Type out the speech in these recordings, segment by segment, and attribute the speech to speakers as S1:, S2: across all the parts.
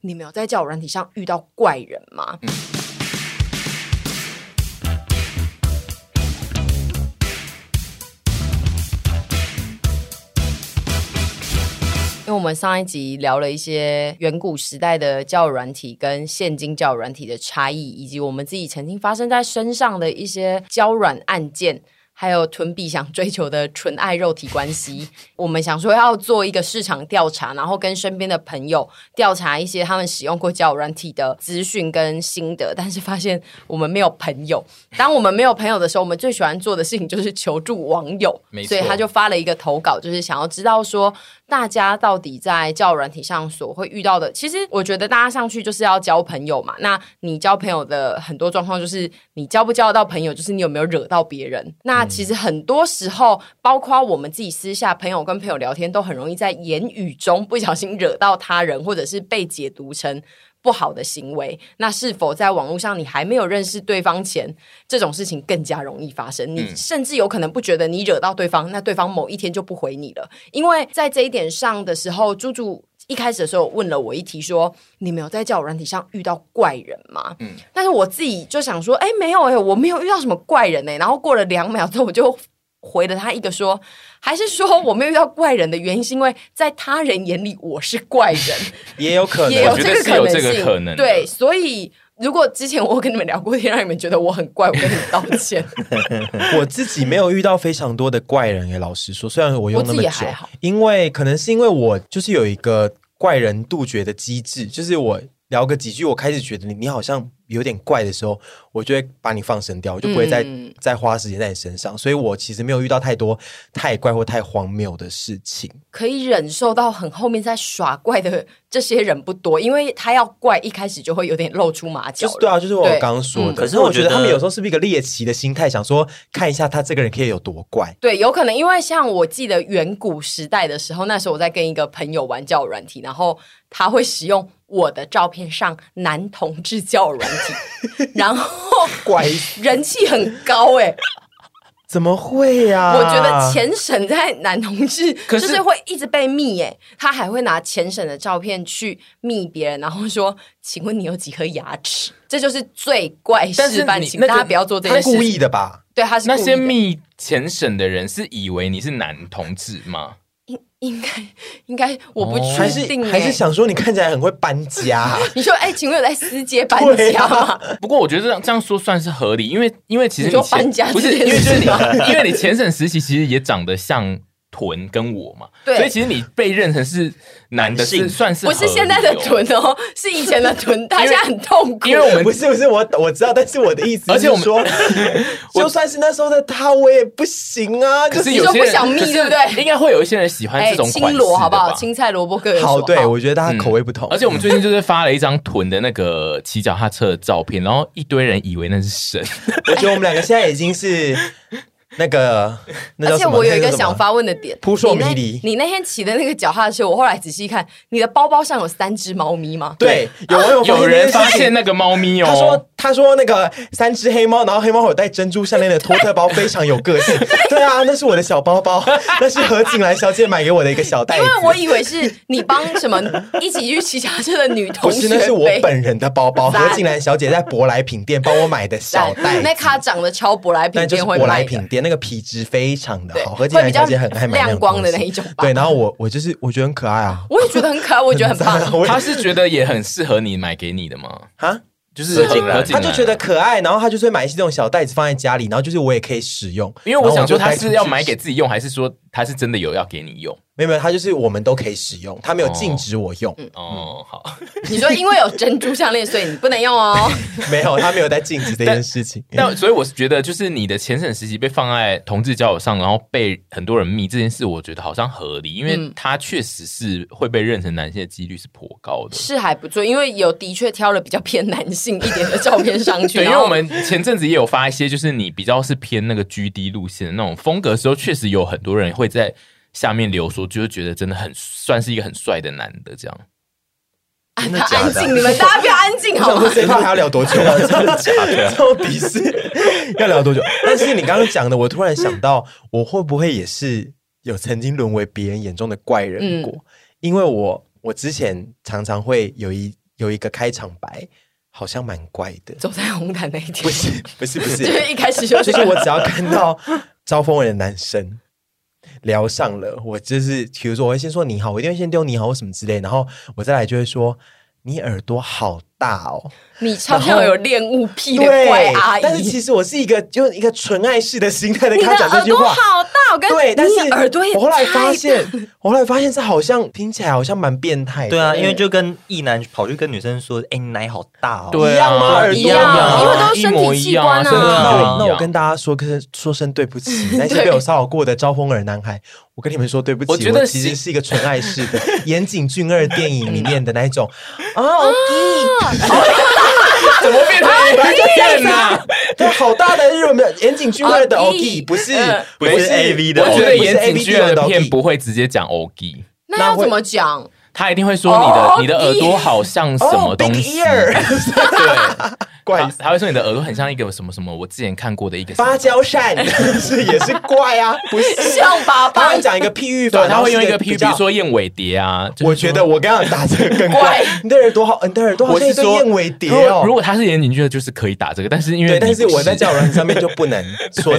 S1: 你们有在交友软体上遇到怪人吗？
S2: 嗯
S1: 因为我们上一集聊了一些远古时代的教软体跟现今教软体的差异，以及我们自己曾经发生在身上的一些交软案件，还有屯比想追求的纯爱肉体关 系。我们想说要做一个市场调查，然后跟身边的朋友调查一些他们使用过交友软体的资讯跟心得，但是发现我们没有朋友。当我们没有朋友的时候，我们最喜欢做的事情就是求助网友
S2: 没，错
S1: 所以他就发了一个投稿，就是想要知道说大家到底在交友软体上所会遇到的，其实我觉得大家上去就是要交朋友嘛。那你交朋友的很多状况就是你交不交得到朋友，就是你有没有惹到别人。那其实很多时候，包括我们自己私下朋友跟朋友聊天，都很容易在言语中不小心惹到他人，或者是被解读成。不好的行为，那是否在网络上你还没有认识对方前，这种事情更加容易发生？你甚至有可能不觉得你惹到对方，那对方某一天就不回你了。因为在这一点上的时候，猪猪一开始的时候问了我一题说，你们有在交友软体上遇到怪人吗？嗯，但是我自己就想说，哎、没有哎、我没有遇到什么怪人哎、然后过了两秒之后，我就回了他一个说，还是说我没有遇到怪人的原因，是因为在他人眼里我是怪人。
S3: 也有可能，
S1: 也
S2: 有
S1: 有
S2: 这
S1: 这个
S2: 个可能性
S1: 可能性。对，所以如果之前我跟你们聊过天，让你们觉得我很怪，我跟你们道 歉。
S3: 我自己没有遇到非常多的怪人欸诶，老实说，虽然我用那么
S1: 我自己也
S3: 久
S1: 还好，
S3: 因为可能是因为我就是有一个怪人杜绝的机制，就是我聊个几句，我开始觉得你你好像有点怪的时候，我就会把你放生掉，我就不会再、
S1: 嗯
S3: 再花时间在你身上，所以我其实没有遇到太多太怪或太荒谬的事情。
S1: 可以忍受到很后面在耍怪的这些人不多，因为他要怪一开始就会有点露出马脚
S3: 就
S1: 了。
S3: 是对啊，就是我
S1: 对嗯
S3: 刚刚说的。
S2: 可是
S3: 那我
S2: 我觉
S3: 得他们
S2: 得
S3: 有时候是不是一个猎奇的心态，想说看一下他这个人可以有多怪。
S1: 对，有可能因为像我记得远古时代的时候，那时候我在跟一个朋友玩交友软体，然后他会使用我的照片上男同志交友软 体，然后
S3: 怪
S1: 人气很高哎、
S3: 怎么会呀、
S1: 我觉得前省在男同志
S2: 啊可
S1: 就是是会一直被密耶、他还会拿前省的照片去密别人，然后说：“请问你有几颗牙齿？”这就是最怪
S2: 但是
S1: 示范，
S2: 你
S1: 请
S2: 那个
S1: 大家不要做这
S3: 他
S1: 件事
S3: 故
S1: 情。
S3: 意的吧？
S1: 对，他是
S2: 那
S1: 故意
S2: 些
S1: 的
S2: 密前审的人是以为你是男同志 吗？
S1: 应该应该我不
S2: 哦
S3: 还
S1: 确
S3: 是
S1: 定、耶欸
S3: 还是想说你看起来很会搬家、
S1: 你说哎、请问有在私接搬
S3: 对
S1: 家吗？
S2: 不过我觉得这样这样说算是合理，因为因为其实
S1: 你说
S2: 前
S1: 搬家
S2: 不是
S1: 这
S2: 因
S1: 件
S2: 为就是你
S1: 事吗，
S2: 因为你前审时期其实也长得像臀跟我嘛，
S1: 对
S2: 所以其实你被认成是男的
S4: 男性
S2: 是算 是
S1: 不是现在的
S2: 合理哦
S1: 臀 哦，是以前的臀，大
S2: 因为
S1: 家很痛苦。
S2: 因为我们
S3: 不是不是，我我知道，但是我的意思，
S2: 而且我们
S3: 说， 就算是那时候的他，我也不行啊。就
S2: 可
S3: 是
S2: 是
S1: 你
S2: 有
S1: 说
S2: 些
S1: 不
S2: 人
S1: 想密
S2: 可是
S1: 对不对
S2: 应该会有一些人喜欢
S1: 哎
S2: 这种款
S1: 青
S2: 式
S1: 萝好不好？
S2: 的吧
S1: 青菜萝卜各有所
S3: 好，对
S1: 好
S3: 我觉得大家口味不同，
S2: 而且我们最近就是发了一张臀的那个骑脚踏车的照片，然后一堆人以为那是神。
S3: 我觉得我们两个现在已经是那个，那
S1: 而
S3: 叫
S1: 且
S3: 什么？
S1: 我有一个
S3: 那叫什么
S1: 想，发问的点，
S3: 扑朔迷
S1: 你那
S3: 离
S1: 你那天骑的那个脚踏车，我后来仔细看，你的包包上有三只猫咪吗？
S3: 对，有网友
S2: 有人发
S3: 这件事情
S2: 现。那个猫咪
S3: 他
S2: 哦，
S3: 说：“他说那个三只黑猫，然后黑猫有戴珍珠项链的托特包，非常有个性。对啊，那是我的小包包，那是何景兰小姐买给我的一个小袋
S1: 因
S3: 子。
S1: 为我以为是你帮什么一起去骑脚踏车的女
S3: 不
S1: 同学
S3: 是，
S1: 背，
S3: 那是我本人的包 包，
S1: 赞
S3: 何静兰小姐在舶来品店帮我买的 小袋
S1: 那
S3: 子。
S1: 卡长得超舶 来
S3: 但
S1: 品
S3: 就是
S1: 店会
S3: 舶
S1: 卖
S3: 来
S1: 的
S3: 品店那个皮质非常的
S1: 对
S3: 好，何静兰小姐很爱买
S1: 亮光的那一种吧
S3: 对，然后我我就是我觉得很可爱啊，
S1: 我也觉得很 可爱，我也觉得很
S3: 赞啊
S1: 棒。
S3: 我也
S2: 他是觉得也很适合你买给你的吗？
S3: 啊，
S2: 就是
S4: 合景兰
S2: 合景啊
S3: 他
S2: 兰
S3: 就觉得，可爱，然后他就是会买一些这种小袋子放在家里，然后就是我也可以使用。
S2: 因为我想说
S3: 然
S2: 他
S3: 后就带出
S2: 是
S3: 去
S2: 要买给自己用，还是说他是真的有要给你用？
S3: 没有没有，他就是我们都可以使用，他没有禁止我用，
S2: 哦，好，
S1: 你说因为有珍珠项链，所以你不能用哦。
S3: 没有他没有在禁止这件事情。
S2: 那所以我是觉得，就是你的前审时期被放在同志交友上，然后被很多人密这件事，我觉得好像合理，因为
S1: 嗯
S2: 他确实是会被认成男性的几率是颇高的。
S1: 是还不错，因为有的确挑了比较偏男性一点的照片上 去，
S2: 对，因
S1: 然
S2: 为
S1: 后
S2: 我们前阵子也有发一些，就是你比较是偏那个 G D 路线的那种风格的时候，确实有很多人会在下面留说，就是觉得真的很算是一个很帅的男的这样。
S1: 啊
S3: 真的
S1: 他
S3: 假
S1: 安
S3: 的
S1: 静，你们大家不要安静
S3: 我
S1: 好吗
S3: 想说？这一趴还要聊多久啊？真的假 的？到底是要聊多久？但是你刚刚讲的，我突然想到，我会不会也是有曾经嗯沦为别人眼中的怪人过？因为我我之前常常会有一有一个开场白，好像蛮怪的。
S1: 走在红毯那一
S3: 不
S1: 天，
S3: 是不是不，
S1: 就是是一开始就
S3: 就是我只要看到招风耳的男生聊上了，我就是比如说我会先说你好，我一定会先丢你好或什么之类，然后我再来就会说你耳朵好大哦，
S1: 你超像有恋物癖的怪
S3: 对
S1: 阿，
S3: 但是
S1: 姨。
S3: 其实我是一个就是一个纯爱式的心态的
S1: 你
S3: 跟
S1: 的
S3: 他讲这
S1: 耳
S3: 句
S1: 朵
S3: 话。
S1: 好大，我跟
S3: 对，但是
S1: 你的耳朵也
S3: 我后来发
S1: 太
S3: 现，我后来发现这好像听起来好像蛮变态的。
S4: 对啊，因为就跟异男跑去跟女生说：“哎、你奶好大哦。”
S2: 对
S3: 一样吗
S2: 啊，
S3: 耳朵
S2: 一样啊
S1: 因为都是
S2: 一模
S1: 身体
S2: 一样
S1: 器官啊
S2: 身体就一
S3: 那
S2: 样
S3: 我那我跟大家说，跟说声 对不起，那些被我骚扰过的招风耳男孩，我跟你们说对不起，
S2: 我觉得
S3: 其
S2: 是
S3: 实是一个纯爱式的岩井俊二电影里面的那一 种啊，OK，
S2: 怎么变成变啊？ 哦
S3: 对，好大的日文名，岩井俊二的
S1: OK
S3: OK，不是
S1: 嗯
S4: 不是 AV 的
S2: 呃我觉得
S3: 哦不是
S2: 言情
S3: AV
S2: 剧的
S3: 的哦
S2: 片
S3: OK
S2: 不会直接讲 OG，
S1: 那
S3: 那
S1: 要
S3: 会
S1: 怎么讲？
S2: 他一定会说你的
S1: 哦
S2: 你的耳朵好像什么
S3: 哦
S2: 东
S3: ，Big
S2: 西，
S3: Ear，
S2: 对，
S3: 怪
S2: 他他会说你的耳朵很像一个什么什么，我之前看过的一个什么
S3: 芭蕉扇 是也是怪啊，不 是，
S1: 像爸
S3: 他
S1: 爸
S3: 会讲一个譬喻法，
S2: 对，他会用一个
S3: 然后是
S2: 譬
S3: 比
S2: 喻，比
S3: 较
S2: 如说燕尾蝶啊。就是
S3: 我觉得我刚刚打这个 更怪
S1: 怪，
S3: 你的耳朵好，你的耳朵好
S2: 我
S3: 像
S2: 是
S3: 一对
S2: 说
S3: 燕尾蝶
S2: 如果
S3: 哦
S2: 如。果他是言情剧的，就是可以打这个，但是因为
S3: 对，但
S2: 你
S3: 是
S2: 不
S3: 我在交友软件上面就不能 说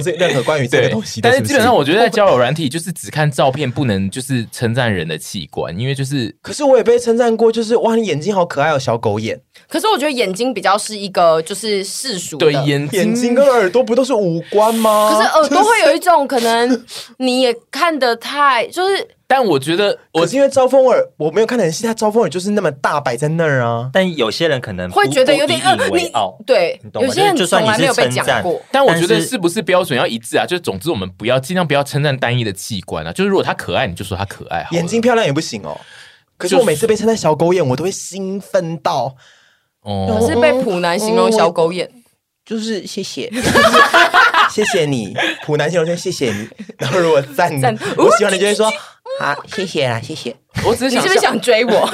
S3: 这任何关于这个
S2: 对
S3: 东西的，
S2: 但是
S3: 不
S2: 基本上，我觉得在交友软体就是只看照片，不能就是称赞人的器官，因为就是
S3: 可是我也被称赞过，就是哇，你眼睛好可爱哦，小狗 眼，
S1: 可是我觉得眼睛比较是一个就是世俗的
S2: 对眼睛
S3: 眼哦睛跟耳朵不都是五官吗？
S1: 可是呃耳朵会有一种可能，你也看得太就是
S2: 但我觉得
S3: 我
S2: 我
S3: 是因为招风耳，我没有看得很细，他招风耳就是那么大摆在那儿啊。
S4: 但有些人可能不
S1: 会觉得有点
S4: 不以
S1: 呃
S4: 引为
S1: 你
S4: 傲。
S1: 对
S4: 你，懂吗
S1: 有些人
S4: 就就
S1: 从
S4: 算你
S1: 来
S4: 是
S1: 没有被
S4: 称
S1: 讲
S4: 赞
S1: 过。
S2: 但我觉得
S4: 但是
S2: 是不是标准要一致啊？就是总之我们不要尽量不要称赞单一的器官啊。就是如果他可爱，你就说他可爱好了。
S3: 眼睛漂亮也不行哦。可是我每次被称赞小狗眼，我都会兴奋到，
S1: 可
S2: 哦，
S1: 是被普男形容小狗眼，
S3: 就是谢谢，就是 谢谢你，普男形容就谢谢 你。然后如果赞哦你，
S1: 赞
S3: 我喜欢你就会说啊，谢谢啦，谢谢。
S2: 我只是
S1: 你
S2: 想
S1: 是不是想追我？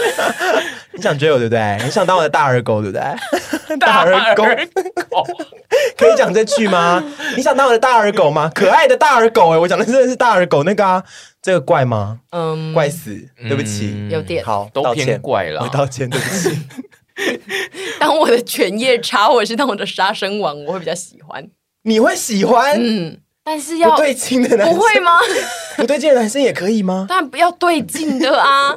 S3: 你想追我对不对？你想当我的大耳狗对不对？ 大耳 狗
S2: 狗？
S3: 可以讲这句吗？你想当我的大耳狗吗？可爱的大耳狗哎、我讲的真的是大耳狗那个啊，这个怪吗？
S1: 嗯，
S3: 怪死，对不起，
S1: 有点。
S3: 好，
S2: 嗯都
S3: 道歉
S2: 偏，怪了
S3: 我。道歉，对 不起。
S1: 当我的犬夜叉，或者是当我的杀生丸，我会比较喜欢。
S3: 你会喜欢
S1: 嗯，但是要
S3: 不对劲的男生？
S1: 不会吗？
S3: 不对劲的男生也可以吗？
S1: 当然不要对劲的啊，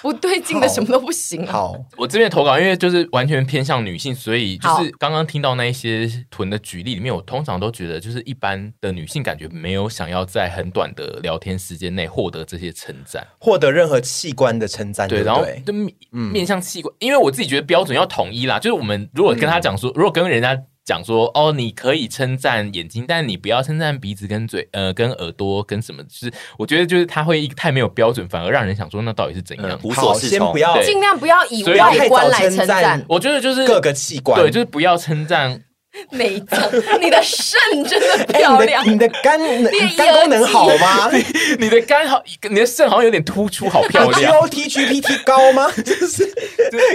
S1: 不对劲的什么都不行啊。
S3: 好，
S2: 我这边投稿，因为就是完全偏向女性，所以就是刚刚听到那一些臀的举例里面，我通常都觉得就是一般的女性感觉没有想要在很短的聊天时间内获得这些称赞，
S3: 获得任何器官的称赞，对
S2: 对，
S3: 不
S2: 然后
S3: 对？
S2: 就面面向器官，因为我自己觉得标准要统一啦，就是我们如果跟他讲说，如果跟人家。讲说哦，你可以称赞眼睛，但你不要称赞鼻子跟嘴，呃，跟耳朵跟什么，就是我觉得就是他会太没有标准，反而让人想说那到底是怎样？
S4: 嗯无
S3: 好，
S4: 所适
S3: 先
S4: 从
S3: 不要
S2: 对
S1: 尽量不要以
S2: 所以要
S1: 外观来
S3: 太
S1: 称
S3: 早
S1: 赞
S3: 称赞
S2: 我觉得就是
S3: 各个器官，
S2: 对，就是不要称赞
S1: 内脏。你的肾真的
S3: 哎
S1: 漂亮，
S3: 你的你的肝能
S1: 猎鹰
S3: 肝功能好吗？
S2: 你的肝好，你的肾好像有点突出，好漂 亮。
S3: o t GPT 高吗？就是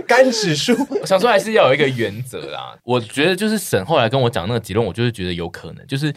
S3: 肝指数。
S2: 我想说还是要有一个原则啦。 我觉得就是沈后来跟我讲那个结论，我就是觉得有可能，就是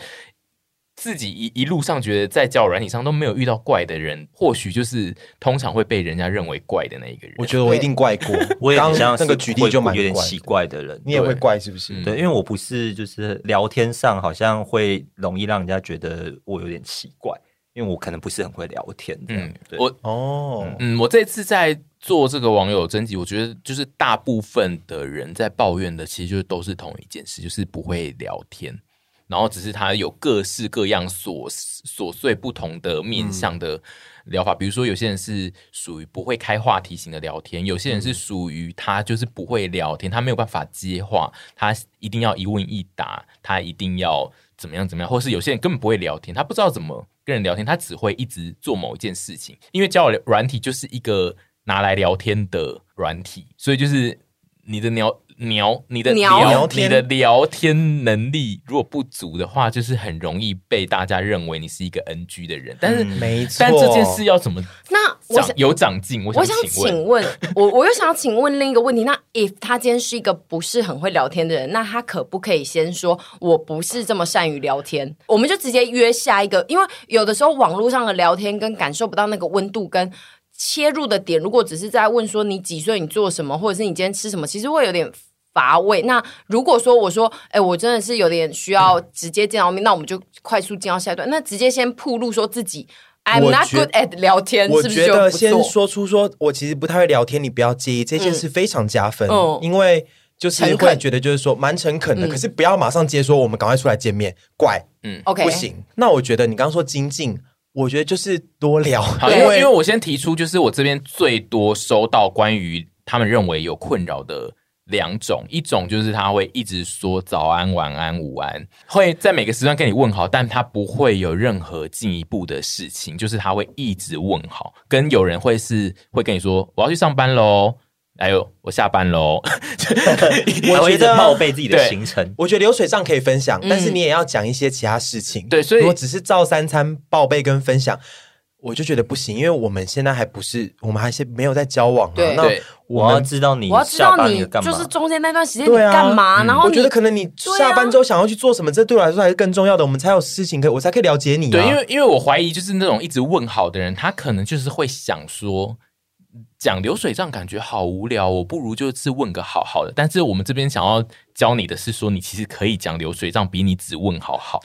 S2: 自己一一路上觉得在交友软体上都没有遇到怪的人，或许就是通常会被人家认为怪的那一个人。
S3: 我觉得我一定怪过，
S4: 我也
S3: 刚
S4: 很像
S3: 那个
S4: 是
S3: 举
S4: 会
S3: 例就蛮
S4: 有点
S3: 怪
S4: 奇
S3: 的
S4: 怪的人，
S3: 你也
S4: 对嗯
S3: 会怪是不是？
S4: 对，因为我不是就是聊天上好像会容易让人家觉得我有点奇怪，因为我可能不是很会聊天。嗯
S2: 嗯，
S4: 对，
S2: 我
S3: 哦，
S2: 嗯，我这次在做这个网友征集，我觉得就是大部分的人在抱怨的，其实就都是同一件事，就是不会聊天，然后只是他有各式各样琐琐碎不同的面向的疗法，比如说有些人是属于不会开话题型的聊天，有些人是属于他就是不会聊天，他没有办法接话，他一定要一问一答，他一定要怎么样怎么样，或是有些人根本不会聊天，他不知道怎么跟人聊天，他只会一直做某一件事情。因为交友软体就是一个拿来聊天的软体，所以就是你的聊聊你的
S1: 聊
S2: 聊
S3: 聊
S2: 你
S3: 天
S2: 的聊天能力如果不足的话，就是很容易被大家认为你是一个 NG 的人。但是、
S3: 没错。
S2: 但这件事要怎么
S1: 那嗯我
S2: 长
S1: 想。
S2: 有长进？我
S1: 我想
S2: 想请问
S1: 请问， 我我又想请问另一个问题，那 if 他今天是一个不是很会聊天的人，那他可不可以先说我不是这么善于聊天？我们就直接约下一个，因为有的时候网络上的聊天跟感受不到那个温度跟。切入的点，如果只是在问说你几岁、你做什么，或者是你今天吃什么，其实会有点乏味。那如果说我说，哎、我真的是有点需要直接见到面，那我们就快速进到下一段。那直接先铺路说自己 I'm
S3: 我
S1: not
S3: 觉
S1: good at 聊天，
S3: 我
S1: 是不
S3: 觉
S1: 是就
S3: 得
S1: 不
S3: 先
S1: 做？
S3: 说出说，我其实不太会聊天，你不要介意，这件事非常加分，
S1: 嗯
S3: 因为就是
S1: 诚
S3: 会
S1: 恳
S3: 觉得就是说蛮诚恳
S1: 嗯
S3: 的，可是不要马上接说我们赶快出来见面，怪
S2: 嗯
S1: OK，
S3: 不行。那我觉得你刚刚说精进，我觉得就是多聊，
S2: 好，因
S1: 对
S2: 为因为我先提出，就是我这边最多收到关于他们认为有困扰的两种，一种就是他会一直说早安、晚安、午安，会在每个时段跟你问好，但他不会有任何进一步的事情，就是他会一直问好。跟有人会是会跟你说我要去上班喽，还有我下班喽，
S4: 他会一
S3: 觉
S4: 直
S3: 得
S4: 报备自己的
S2: 对
S4: 行程，
S3: 我觉得流水账可以分享，
S1: 嗯
S3: 但是你也要讲一些其他事情。
S2: 对所以
S3: 如果只是照三餐报备跟分享，我就觉得不行，因为我们现在还不是，我们还是没有在交往啊。
S1: 对
S3: 那
S2: 对
S3: 我
S4: 我要
S3: 们。
S4: 知道你
S1: 我要知
S4: 下
S1: 道
S4: 班
S1: 你
S4: 干嘛
S1: 就。是中间那段时间你
S3: 对啊
S1: 干嘛，
S2: 嗯
S1: 然后
S3: 我
S1: 哦你啊
S3: 觉得可能你下班之后想要去做什么，这对我来说还是更重要的。我们才有事情可以，我才可以了解你、啊。
S2: 对，因为因为我怀疑，就是那种一直问好的人，他可能就是会想说，讲流水账感觉好无聊，我不如就是问个好好的。但是我们这边想要教你的是说，你其实可以讲流水账，比你只问好好。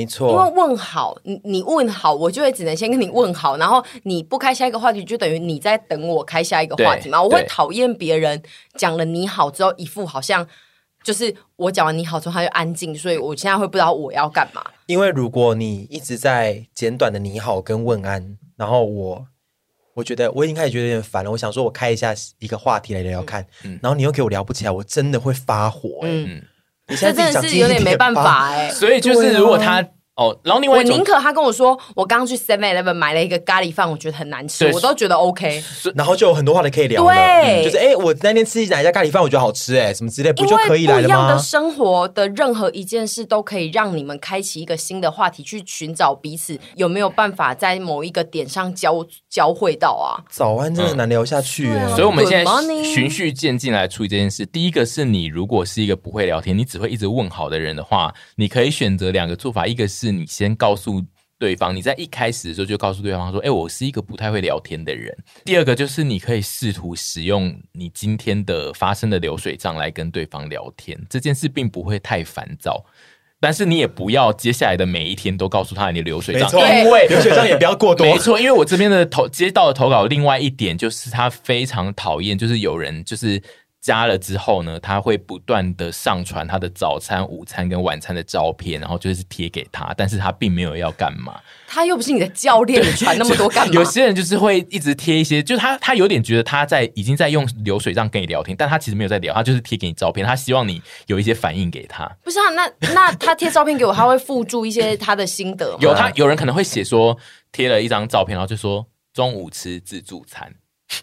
S1: 因为
S3: 错，
S1: 问好，你你问好，我就会只能先跟你问好，然后你不开下一个话题，就等于你在等我开下一个话题嘛。
S2: 对
S1: 我会
S2: 对
S1: 讨厌别人讲了你好之后，一副好像就是我讲完你好之后他就安静，所以我现在会不知道我要干嘛。
S3: 因为如果你一直在简短的你好跟问安，然后我我觉得我已经开始觉得有点烦了，我想说我开一下一个话题来聊聊看，
S2: 嗯嗯
S3: 然后你又给我聊不起来，我真的会发火、欸。
S1: 嗯，
S2: 嗯，
S1: 这
S3: 你现在
S1: 真的
S3: 自己讲
S1: 是
S3: 经
S1: 有
S3: 一
S1: 点没办
S3: 吧
S1: 法 哎、
S2: 所以就是如果他、哦，然后另外
S1: 我
S2: 一
S1: 宁
S2: 种，
S1: 可他跟我说，我刚刚去 Seven Eleven 买了一个咖喱饭，我觉得很难吃，
S2: 对
S1: 我都觉得 OK，
S3: 然后就有很多话题可以聊了，
S1: 对
S3: 嗯就是哎、诶我那天吃哪一家咖喱饭，我觉得好吃、诶哎，什么之类，不
S1: 因
S3: 就
S1: 为
S3: 可以来
S1: 不一
S3: 了
S1: 样的
S3: 吗？
S1: 生活的任何一件事都可以让你们开启一个新的话题，去寻找彼此有没有办法在某一个点上交交汇到啊。
S3: 早安真的很难聊下去、欸
S1: 嗯
S3: 诶
S1: 对啊
S2: 所以我们
S1: Good
S2: 现在
S1: morning
S2: 循序渐进来处理这件事。第一个是你如果是一个不会聊天，你只会一直问好的人的话，你可以选择两个做法，一个是你先告诉。对方，你在一开始的时候就告诉对方说：“哎、我是一个不太会聊天的人。”第二个就是你可以试图使用你今天的发生的流水账来跟对方聊天，这件事并不会太烦躁，但是你也不要接下来的每一天都告诉他你的流水
S3: 没
S2: 账，
S3: 错，
S1: 对
S3: 因为流水账也不要过 多
S2: 没。错，因为我这边的投接到的投稿，另外一点就是他非常讨厌，就是有人就是加了之后呢，他会不断的上传他的早餐、午餐跟晚餐的照片，然后就是贴给他，但是他并没有要干嘛。
S1: 他又不是你的教练，你传那么多干 嘛？
S2: 有些人就是会一直贴一些，就是他他有点觉得他在已经在用流水账跟你聊天，但他其实没有在聊，他就是贴给你照片，他希望你有一些反应给他。
S1: 不是啊，那那他贴照片给我，他会附注一些他的心得吗？
S2: 有他有人可能会写说贴了一张照片，然后就说中午吃自助餐，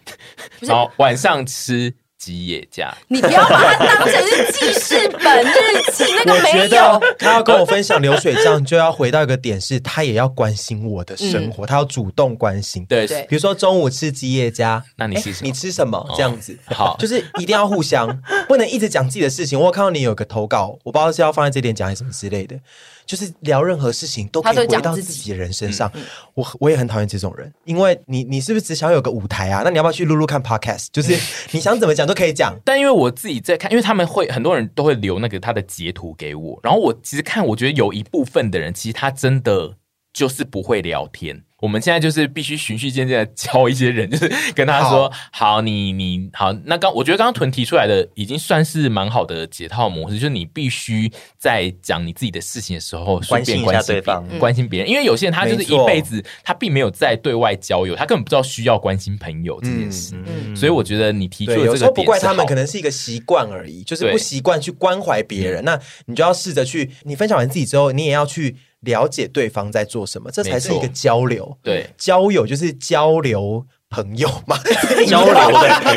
S2: 然后晚上吃吉野家。
S1: 你不要把它当成是记事本、日记，那
S3: 我
S1: 个没
S3: 觉
S1: 有
S3: 得。他要跟我分享流水账，就要回到一个点是，他也要关心我的生
S1: 嗯
S3: 活，他要主动关心。
S2: 对，
S1: 对
S3: 比如说中午吃吉野家，
S2: 那你吃
S3: 诶
S2: 什么哦
S3: 你吃什么？这样子，
S2: 好
S3: 就是一定要互 相，不能一直讲自己的事情。我有看到你有个投稿，我不知道是要放在这点讲还是什么之类的，就是聊任何事情都可
S1: 他
S3: 以
S1: 都
S3: 回
S1: 讲
S3: 到
S1: 自
S3: 自
S1: 己
S3: 己的人身
S2: 嗯
S3: 上。我我也很讨厌这种人，因为你你是不是只想要有个舞台啊？那你要不要去录录看 podcast？就是 你想怎么讲都可以讲。
S2: 但因为我自己在看，因为他们会很多人都会留那个他的截图给我，然后我其实看，我觉得有一部分的人其实他真的就是不会聊天。我们现在就是必须循序渐进的教一些人，就是跟他说：“好，你你好。”那刚我觉得刚刚屯提出来的已经算是蛮好的解套模式，就是你必须在讲你自己的事情的时候，顺
S4: 关心
S2: 便
S4: 一
S2: 关
S4: 下
S2: 心
S4: 对
S2: 别
S4: 方
S2: 人嗯关心别人，因为有些人他就是
S3: 没
S2: 一
S3: 错
S2: 辈子他并没有在对外交友，他根本不知道需要关心朋友这件事。
S1: 嗯
S2: 所以我觉得你提出
S3: 对，
S2: 的这
S3: 有
S2: 个
S3: 时候不
S2: 点
S3: 怪
S2: 是
S3: 他们，
S2: 好
S3: 可能是一个习惯而已，就是
S2: 对嗯
S3: 不习惯去关怀别人。那你就要试着去，你分享完自己之后，你也要去了解对方在做什么，这才是一个
S2: 没错
S3: 交流。
S2: 对
S3: 交友就是交流朋友嘛，
S4: 交流的朋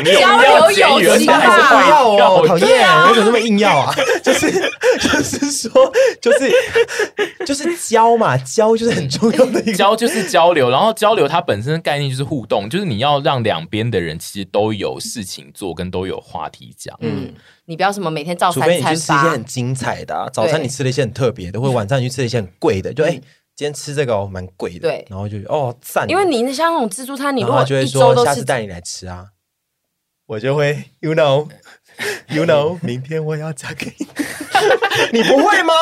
S3: 哎
S4: 友，
S1: 交流友情
S2: 啊
S3: 硬
S1: 吧。
S3: 要哦，
S2: 要
S3: 讨厌，我怎么那么硬要啊？ 就是就是说， 就是就是交嘛，交就是很重要的一个。
S2: 交就是交流，然后交流它本身的概念就是互动，就是你要让两边的人其实都有事情做，跟都有话题讲。
S1: 嗯，你不要什么每天照
S3: 除
S1: 哦三
S3: 非你
S1: 餐
S3: 去吃一些
S1: 吧嗯
S3: 很。精彩的、啊，早餐你吃了一些很特别的，或者晚上你去吃了一些很贵的，就哎、今天吃这个哦，蛮贵的，
S1: 对
S3: 然后就哦赞，
S1: 因为你像那种自助餐，你
S3: 然
S1: 如
S3: 后他
S1: 果
S3: 就会
S1: 一周
S3: 说
S1: 都
S3: 下
S1: 是
S3: 次带你来吃啊，我就会 you know you know，明天我要嫁给你， 你不会吗？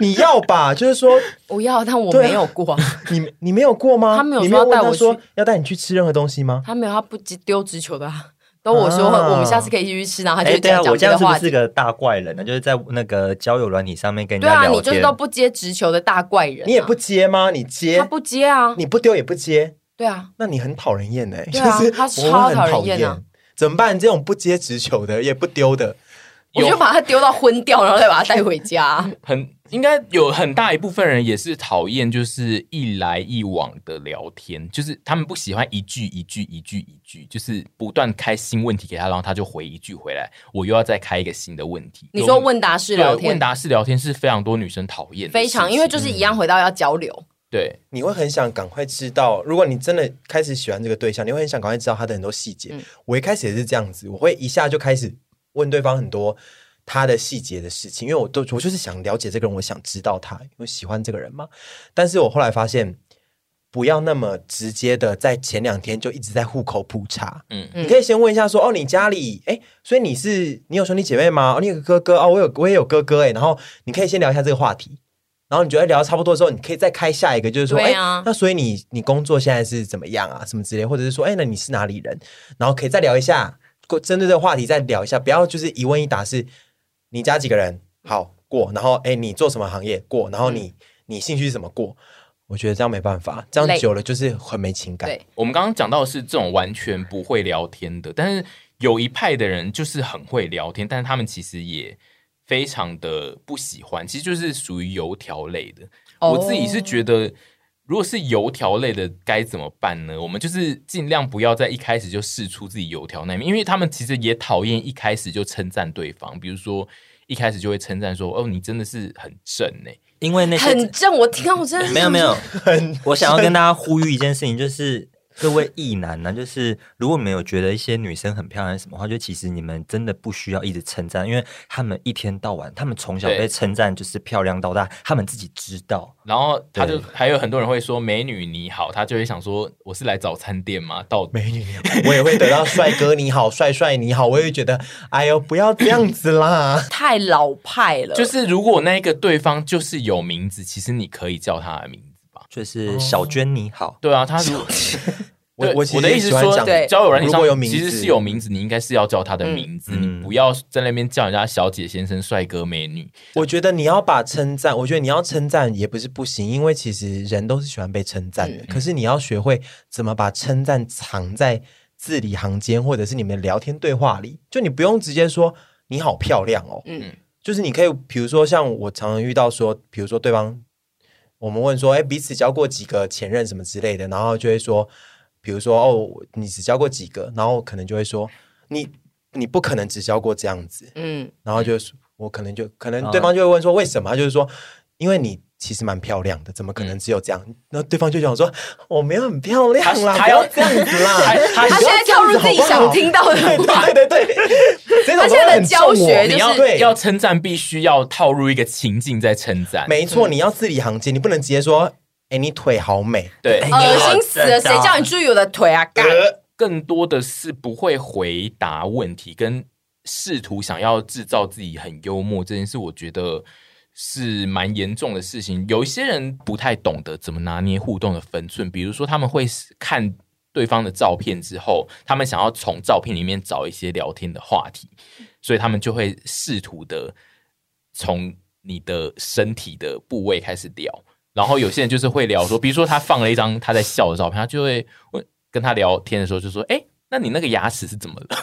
S3: 你要吧，就是说
S1: 不要，但我
S3: 对啊
S1: 没有过啊，
S3: 你你没有过吗？
S1: 他没有
S3: 你
S1: 说
S3: 没有
S1: 要
S3: 问
S1: 带
S3: 他
S1: 我
S3: 说
S1: 去
S3: 要带你去吃任何东西吗？
S1: 他没有，他不直丢直球的、啊。 都我说、
S3: 啊
S1: 我们下次可以一起去吃，然后他就
S4: 哎，
S1: 会
S4: 对啊，
S1: 讲
S4: 我
S1: 别
S4: 这样
S1: 的
S4: 是不
S1: 话
S4: 是
S1: 题。
S4: 个大怪人呢？啊就是在那个交友软体上面跟人
S1: 对
S4: 家
S1: 啊，你
S4: 聊
S1: 就是
S4: 天
S1: 都，不接直球的大怪人啊、
S3: 你也不接吗？你接
S1: 他不接啊，
S3: 你不丢也不接，
S1: 对啊，
S3: 那你很讨人厌哎、
S1: 对啊
S3: 就是
S1: 他
S3: 我会
S1: 超
S3: 很
S1: 讨人
S3: 讨
S1: 厌啊
S3: 怎么办？这种不接直球的也不丢的，
S1: 我就把他丢到昏掉，然后再把他带回家、
S2: 很应该有很大一部分人也是讨厌，就是一来一往的聊天，就是他们不喜欢一句一句一句一句，就是不断开新问题给他，然后他就回一句回来，我又要再开一个新的问题。
S1: 你说
S2: 有
S1: 问答式
S2: 对
S1: 聊天
S2: 问，答式聊天是非常多女生讨厌的事情，
S1: 非常，因为就是一样回到要交流。
S2: 对
S3: 你会很想赶快知道，如果你真的开始喜欢这个对象，你会很想赶快知道他的很多细节。
S1: 嗯
S3: 我一开始也是这样子，我会一下就开始问对方很多他的细节的事情，因为我都我就是想了解这个人，我想知道他，我喜欢这个人嘛。但是我后来发现，不要那么直接的，在前两天就一直在户口普查。
S2: 嗯
S1: 嗯
S3: 你可以先问一下说，哦，你家里，哎，所以你是你有兄弟姐妹吗？哦，你有个哥哥哦，我有我也有哥哥哎，然后你可以先聊一下这个话题，然后你觉得聊得差不多之后，你可以再开下一个，就是说，哎、
S1: 对啊
S3: 那所以你你工作现在是怎么样啊，什么之类，或者是说，哎，那你是哪里人？然后可以再聊一下，过针对这个话题再聊一下，不要就是一问一答是，你家几个人？好过，然后哎，你做什么行业？过，然后
S1: 嗯
S3: 你、你兴趣是什么？过。我觉得这样没办法，这样
S1: 累
S3: 久了就是很没情感。
S1: 对
S2: 我们刚刚讲到的是这种完全不会聊天的，但是有一派的人就是很会聊天，但是他们其实也非常的不喜欢，其实就是属于油条类的。
S1: 哦
S2: 我自己是觉得，如果是油条类的该怎么办呢？我们就是尽量不要在一开始就试出自己油条那一面，因为他们其实也讨厌一开始就称赞对方，比如说一开始就会称赞说：“哦，你真的是很正欸呢、
S4: 因为那些
S1: 很正，我听到我真的是。
S4: 没有没有， 我想要跟大家呼吁一件事情，就是各位异男呢、就是如果没有觉得一些女生很漂亮什么的话，就其实你们真的不需要一直称赞，因为他们一天到晚，他们从小
S2: 对
S4: 被称赞就是漂亮到大，他们自己知道。
S2: 然后他就
S4: 对
S2: 还有很多人会说“美女你好”，他就会想说：“我是来早餐店吗？”到底
S3: 美女你好，我也会得到帅哥你好，帅帅你好，我也会觉得，哎呦，不要这样子啦
S1: 太老派了，
S2: 就是如果那一个对方就是有名字，其实你可以叫他的名字吧。
S4: 就是小娟你好，
S2: 对啊，他如
S3: 我
S2: 对
S3: 我其实
S2: 的意思
S3: 也
S2: 是
S3: 喜欢
S2: 说
S3: 讲，
S1: 对
S2: 交友软件
S3: 如
S2: 上
S3: 果有名字
S2: 其实是有名字，你应该是要叫他的名字，
S4: 嗯
S2: 你不要在那边叫人家小姐、先生、帅哥、美女。
S3: 我觉得你要把称赞，我觉得你要称赞也不是不行，因为其实人都是喜欢被称赞的。可是你要学会怎么把称赞藏在字里行间，或者是你们的聊天对话里。就你不用直接说你好漂亮哦，
S1: 嗯
S3: 就是你可以，比如说像我常常遇到说，比如说对方我们问说，哎，彼此交过几个前任什么之类的，然后就会说，比如说哦，你只交过几个，然后可能就会说你你不可能只交过这样子，
S1: 嗯，
S3: 然后就是我可能就可能
S4: 啊
S3: 对方就会问说为什么，他就是说因为你其实蛮漂亮的，怎么可能只有这样？那对方就想说我没有很漂亮啦，
S2: 他
S3: 不
S2: 他要
S3: 要这样子啦
S2: 他，他
S1: 他现在跳入自己想听到的
S3: 对
S1: 话，
S3: 对对对，这种
S1: 他
S3: 都
S1: 现在
S3: 会
S1: 的
S3: 很
S1: 教
S3: 中我
S1: 学就
S2: 你
S1: 是
S2: 要
S3: 对
S2: 要称赞，必须要套入一个情境再称赞。
S3: 没错，你要字里行间，你不能直接说“哎，你腿好美
S2: 对，
S4: 哎
S1: 恶呃心死了，谁叫你注意我的腿啊？干，
S2: 更多的是不会回答问题，跟试图想要制造自己很幽默这件事，我觉得是蛮严重的事情。有一些人不太懂得怎么拿捏互动的分寸，比如说他们会看对方的照片之后，他们想要从照片里面找一些聊天的话题，所以他们就会试图的从你的身体的部位开始聊。然后有些人就是会聊说，比如说他放了一张他在笑的照片，他就会问跟他聊天的时候就说：“哎、那你那个牙齿是怎么了？”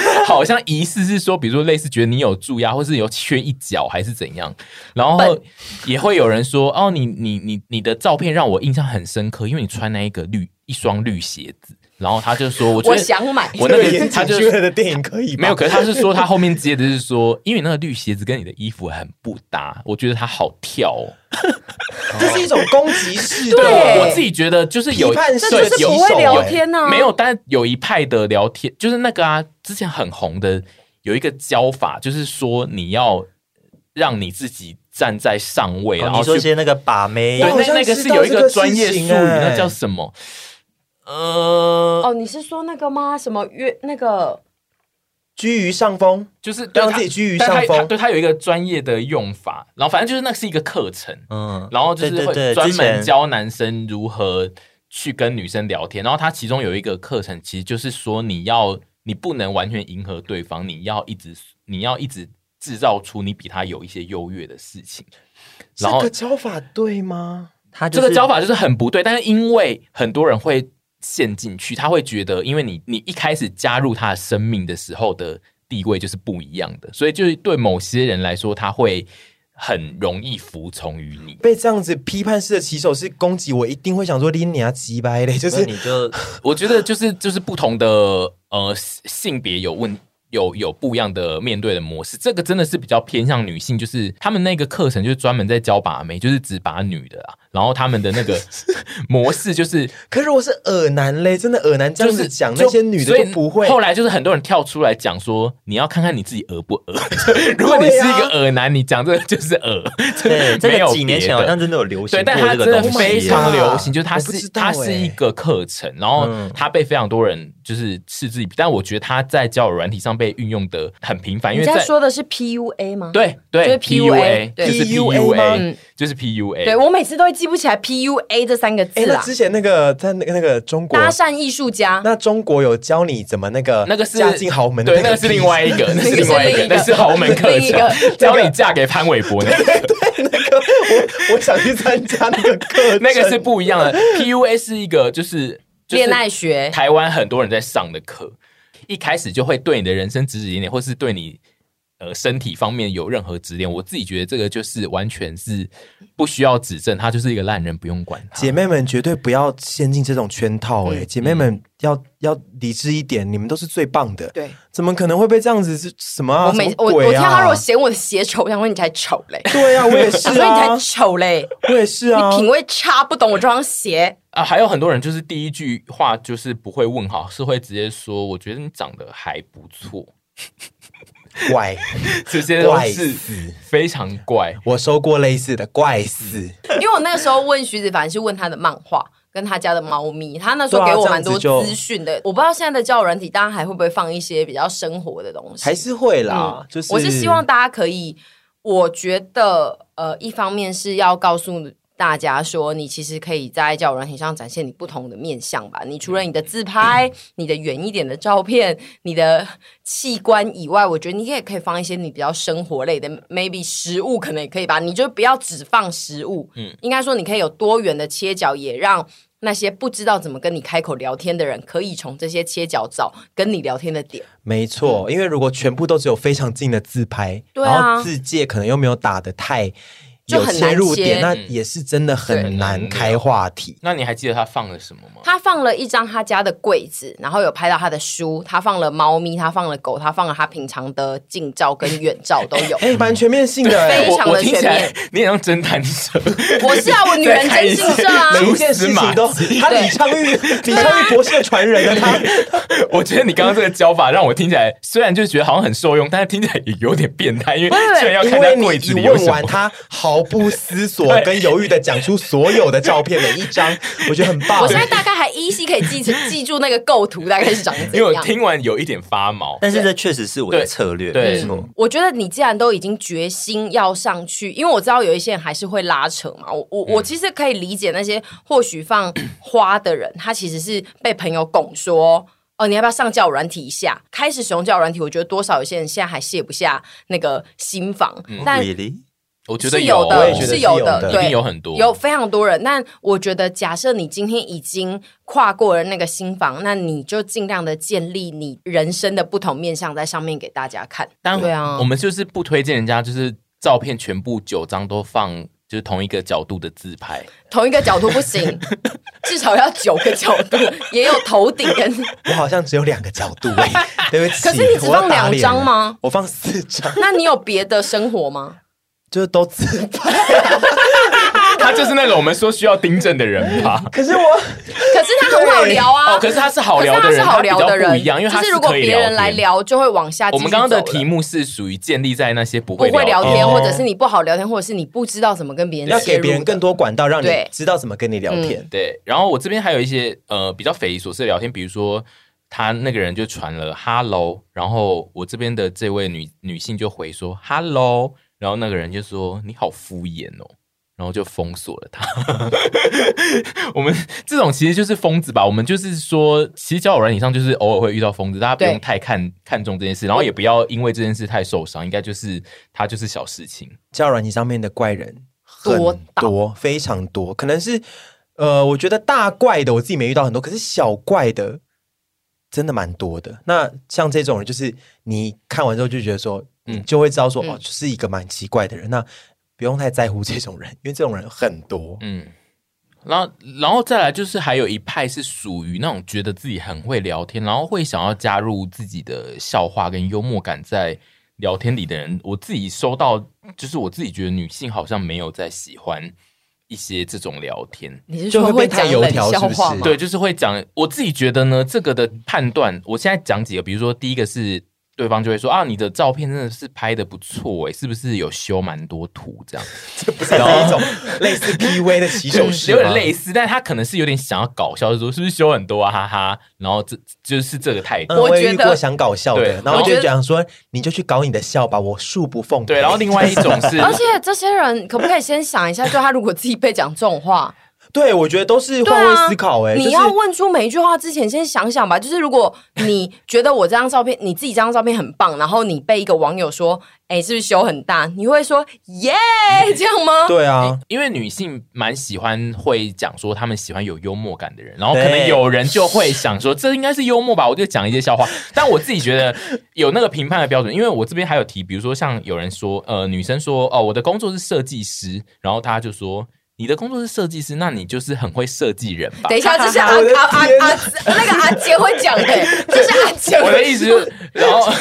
S2: 好像疑似是说，比如说类似觉得你有蛀牙，或是有缺一角，还是怎样。然后
S1: 笨
S2: 也会有人说：“哦，你你你你的照片让我印象很深刻，因为你穿那一个绿一双绿鞋子。”然后他就说：“我觉
S1: 我
S2: 得
S1: 想买。
S2: 我”那
S3: 这个
S2: 个
S3: 言
S2: 他
S3: 情
S2: 就
S3: 剧的电影可以吗
S2: 没有，可是他是 说他后面接的是说，因为那个绿鞋子跟你的衣服很不搭，我觉得它好跳哦。
S3: 这是一种攻击式的，
S1: 对
S2: 我我自己觉得就是有
S3: 批判
S1: 这
S3: 式
S1: 就
S3: 的
S1: 是
S3: 洗手
S1: 不会聊
S3: 哎
S1: 天呐、啊
S2: 没有，但有一派的聊天就是那个啊，之前很红的有一个教法，就是说你要让你自己站在上位，然
S4: 哦
S2: 后
S4: 你说
S2: 去
S4: 一些那个把妹
S2: 对，
S3: 哎我好
S2: 那
S3: 像
S2: 那个
S3: 知
S2: 是
S3: 道
S2: 有一
S3: 这个事
S2: 专业术
S3: 情
S2: 语，
S3: 欸
S2: 那叫什么？呃，
S1: 哦，你是说那个吗？什么约那个？
S3: 居于上风，
S2: 就是
S3: 让
S2: 对它
S3: 自己居于
S2: 但
S3: 上
S2: 它
S3: 风
S2: 它对，它有一个专业的用法，然后反正就是那是一个课程，
S4: 嗯，
S2: 然后就是
S4: 对对对
S2: 会专
S4: 之
S2: 门
S4: 前
S2: 教男生如何去跟女生聊天。然后它其中有一个课程，其实就是说你要你不能完全迎合对方，你要一直你要一直制造出你比他有一些优越的事情。
S3: 这
S2: 然后
S3: 个教法对吗？
S4: 他就
S2: 这
S4: 是
S2: 个教法就是很不对，但是因为很多人会陷进去，他会觉得，因为你你一开始加入他的生命的时候的地位就是不一样的，所以就是对某些人来说，他会很容易服从于你。
S3: 被这样子批判式的起手是攻击我，一定会想说拎你啊鸡掰嘞， 就
S4: 那
S3: 是
S4: 你就
S2: 我觉得就是就是不同的呃性别有问有有不一样的面对的模式，这个真的是比较偏向女性，就是他们那个课程就是专门在教把妹，就是只把女的啦，啊然后他们的那个 模式就是
S3: 可是我是耳男嘞，真的耳男这
S2: 就
S3: 样
S2: 是
S3: 子讲、
S2: 就
S3: 那些女的
S2: 所以
S3: 就不会。
S2: 后来就是很多人跳出来讲说，你要看看你自己恶不恶。 如果你是一
S3: 啊
S2: 个恶男，你讲这个就是恶。
S4: 对，这
S2: 没有
S4: 个几年前
S2: 别
S4: 好
S2: 的
S4: 像真的有流行
S2: 对，
S4: 过
S2: 但它
S4: 这
S2: 真
S4: 个
S2: 的
S4: 东西
S2: 非
S4: 耶
S2: 常
S3: Oh my god
S2: 流行，就是它
S3: 我不
S2: 是
S3: 知道欸嗯
S2: 它是一个课程，然后它被非常多人就是嗤之以鼻。但我觉得它在交友软体上被运用的很频繁，
S1: 你
S2: 因为
S1: 在
S2: 在
S1: 说的是 PUA 吗？
S2: 对
S1: 就是
S2: 对
S1: PUA
S2: 就是
S3: PUA 吗
S1: 嗯
S2: PUA，就是 PUA。
S1: 对，我每次都会记不起来 PUA 这三个
S3: 哎、
S1: 字
S3: 那
S2: 啊
S1: 啦。
S3: 之前那个在那个那个中国，
S1: 搭讪艺术家，
S3: 那中国有教你怎么那个
S2: 那个是
S3: 嫁进豪门的
S2: 对，
S3: 个
S2: 那个是另外一个，那
S1: 那
S2: 是
S1: 个
S2: 另
S1: 是
S2: 外一
S1: 另
S2: 个
S1: 一，个
S2: 那是豪门课
S1: 另一
S2: 程，
S1: 个
S2: 教你嫁给潘玮柏那个。
S3: 我我想去参加那个课 程，
S2: 那个是不一样的。PUA 是一个就是就是
S1: 恋爱学
S2: 台湾很多人在上的课，一开始就会对你的人生指指点点，或是对你呃身体方面有任何指点。我自己觉得这个就是完全是不需要指正，他就是一个烂人，不用管他。
S3: 姐妹们绝对不要陷进这种圈套、哎、
S1: 嗯
S3: 姐妹们要要理智一点，你们都是最棒的。
S1: 对，
S3: 怎么可能会被这样子是什么、啊？
S1: 我每
S3: 什么
S1: 我我
S3: 鬼
S1: 听到
S3: 啊
S1: 他如果嫌我的鞋丑，我想说你才丑嘞，
S3: 对啊，我 也是
S1: 想说你才
S3: 啊，
S1: 丑嘞，
S3: 我也是啊，
S1: 你品味差，不懂我这双鞋。
S2: 啊，还有很多人就是第一句话就是不会问好，是会直接说我觉得你长得还不错，
S3: 怪
S2: 这些都
S3: 怪
S2: 是
S3: 死！
S2: 非常怪。
S3: 我收过类似的，怪死！
S1: 因为我那个时候问徐子凡是问他的漫画跟他家的猫咪，他那时候给我蛮多
S3: 对啊这样子就
S1: 资讯的。我不知道现在的交友软体，大家还会不会放一些比较生活的东西？
S3: 还是会啦，
S1: 嗯
S3: 就是
S1: 我是希望大家可以，我觉得呃，一方面是要告诉大家说，你其实可以在交友软体上展现你不同的面相吧。你除了你的自
S3: 嗯
S1: 拍、你的远一点的照片、你的器官以外，我觉得你也可以放一些你比较生活类的，maybe 食物可能也可以吧。你就不要只放食物，嗯，应该说你可以有多元的切角，也让。那些不知道怎么跟你开口聊天的人，可以从这些切角找跟你聊天的点。
S3: 没错，因为如果全部都只有非常近的自拍，
S1: 对啊
S3: 然后字界可能又没有打的太
S1: 就
S3: 有
S1: 很
S3: 切入点，那
S1: 难
S3: 也是真的很难
S2: 对
S3: 开话题。
S2: 那你还记得他放了什么吗？
S1: 他放了一张他家的柜子，然后有拍到他的书，他放了猫咪，他放了狗，他放了他平常的近照跟远照都 有。
S3: 哎，蛮全面性
S2: 嗯
S3: 的哎
S1: 嗯 非，常
S2: 我我
S1: 的
S2: 听起来
S1: 全
S2: 你也像侦探 社，
S1: 我是啊，我女人真性社啊
S2: 在开，
S3: 每一件事情都
S2: 蛛，
S3: 他李昌钰，李昌钰博士的传人啊，他
S2: 我觉得你刚刚这个教法让我听起来，虽然就觉得好像很受用，但是听起来也有点变态，因为
S1: 是
S2: 虽然要
S3: 因
S2: 看
S3: 为
S2: 在
S3: 你
S2: 柜子
S3: 一
S2: 里有
S3: 问
S2: 什
S3: 完，
S2: 么，
S3: 他毫不思索跟犹豫的讲出所有的照片每一张，我觉得很棒。
S1: 我现在大概还依稀可以记 记住那个构图大概是长怎
S2: 因为我
S1: 样。
S2: 听完有一点发毛。
S4: 但是这确实是我的
S2: 对
S4: 策略，
S2: 对
S4: 没错。
S1: 我觉得你既然都已经决心要上去，因为我知道有一些人还是会拉扯嘛。我
S2: 嗯
S1: 我、我其实可以理解那些或许放花的人，他其实是被朋友拱说。哦，你要不要上教软体一下？开始使用教软体，我觉得多少有些人现在还卸不下那个心防，
S2: 嗯
S1: 但
S4: Really，
S2: 我觉得哦
S1: 是有
S3: 我
S1: 的
S3: 也，觉得
S1: 是
S3: 是有
S1: 的
S3: 的，
S2: 一定
S1: 对，
S2: 有很多
S1: 有非常多人。但我觉得，假设你今天已经跨过了那个心房，那你就尽量的建立你人生的不同面向在上面给大家看。
S2: 但
S1: 对啊
S2: 我，们就是不推荐人家，就是照片全部九张都放就是同一个角度的自拍，
S1: 同一个角度不 行，至少要九个角度，也有头顶跟。
S3: 我好像只有两个角度 哎，对不起。
S1: 可是你只
S3: 我要
S1: 放
S3: 打
S1: 两
S3: 脸
S1: 张
S3: 了
S1: 吗？
S3: 我放四张。
S1: 那你有别的生活吗？
S3: 就是都自拍，
S2: 他就是那个我们说需要订正的人吧。
S3: 可是我
S1: 可是他很好聊啊。
S2: 哦，可是他是好
S1: 可是
S2: 聊的
S1: 他
S2: 人，
S1: 是好聊
S2: 他
S1: 的
S2: 比较
S1: 人，
S2: 不一样，因为他
S1: 就是是如果
S2: 可以
S1: 别人来
S2: 天。
S1: 聊，就会往下继
S2: 我
S1: 续走了。
S2: 们刚刚的题目是属于建立在那些不
S1: 不
S2: 会
S1: 会聊天，
S2: 天，哦
S1: 或者是你不好聊天，或者是你不知道怎么跟别人
S3: 要
S1: 切入
S3: 给别人
S1: 的
S3: 更多管道，让你
S1: 对嗯
S3: 知道怎么跟你聊天。
S2: 对。然后我这边还有一些呃比较匪夷所思的聊天，比如说他那个人就传了 “hello”，然后我这边的这位女女性就回说 “hello”，然后那个人就说“你好敷衍哦”，然后就封锁了他。 我们这种其实就是疯子吧？我们就是说，其实交友软体上就是偶尔会遇到疯子，大家不用
S1: 对
S2: 太看看重这件事，然后也不要因为这件事太受伤，应该就是它就是小事情。
S3: 交友软件上面的怪人很
S1: 多到
S3: 多，非常多，可能是呃，我觉得大怪的我自己没遇到很多，可是小怪的真的蛮多的。那像这种人，就是你看完之后就觉得说，
S2: 嗯
S3: 你就会知道说，
S1: 嗯
S3: 哦，就是一个蛮奇怪的人。那不用太在乎这种人，因为这种人很多。
S2: 嗯，然后然后再来就是还有一派是属于那种觉得自己很会聊天，然后会想要加入自己的笑话跟幽默感在聊天里的人。我自己收到，就是我自己觉得女性好像没有在喜欢一些这种聊天。
S1: 你是
S3: 就
S1: 说
S3: 会
S1: 会
S3: 变太
S1: 讲
S3: 油
S1: 冷
S3: 条
S1: 笑
S3: 是不
S1: 话
S3: 是
S1: 吗？
S2: 对，就是会讲。我自己觉得呢，这个的判断，我现在讲几个，比如说第一个是对方就会说啊，你的照片真的是拍的不错诶，欸是不是有修蛮多图这样？
S3: 这不是那一种类似 PV 的起手式，
S2: 有点类。似，但他可能是有点想要搞笑，就说是不是修很多啊，哈哈。然后这就是这个态度。
S3: 嗯、我
S1: 我
S3: 也遇
S1: 觉得
S3: 过想搞笑
S2: 对
S3: 的，然后
S2: 我
S3: 就
S1: 觉得
S3: 讲说，你就去搞你的笑吧，我恕不奉陪。
S2: 对，然后另外一种是，
S1: 而且这些人可不可以先想一下，就他如果自己被讲这种 话，
S3: 对我觉得都是
S1: 对
S3: 换
S1: 啊，
S3: 位思考、欸，哎、
S1: 你要问出每一句话之前，先想想吧。就是如果你觉得我这张照片，你自己这张照片很棒，然后你被一个网友说，哎、是不是修很大？你会说耶这样吗？
S3: 对啊，
S2: 因为女性蛮喜欢会讲说她们喜欢有幽默感的人，然后可
S3: 对
S2: 能有人就会想说这应该是幽默吧，我就讲一些笑话。但我自己觉得 有那个评判的标准，因为我这边还有提，比如说像有人说，呃，女生说哦，我的工作是设计师，然后她就说你的工作是设计师，那你就是很会设计人吧？
S1: 等一下，这是阿
S3: 我的
S1: 阿阿
S3: 天
S1: 阿那个阿杰会讲的、这是阿杰
S2: 我
S1: 会
S2: 的意思就是，然后。
S1: 啊，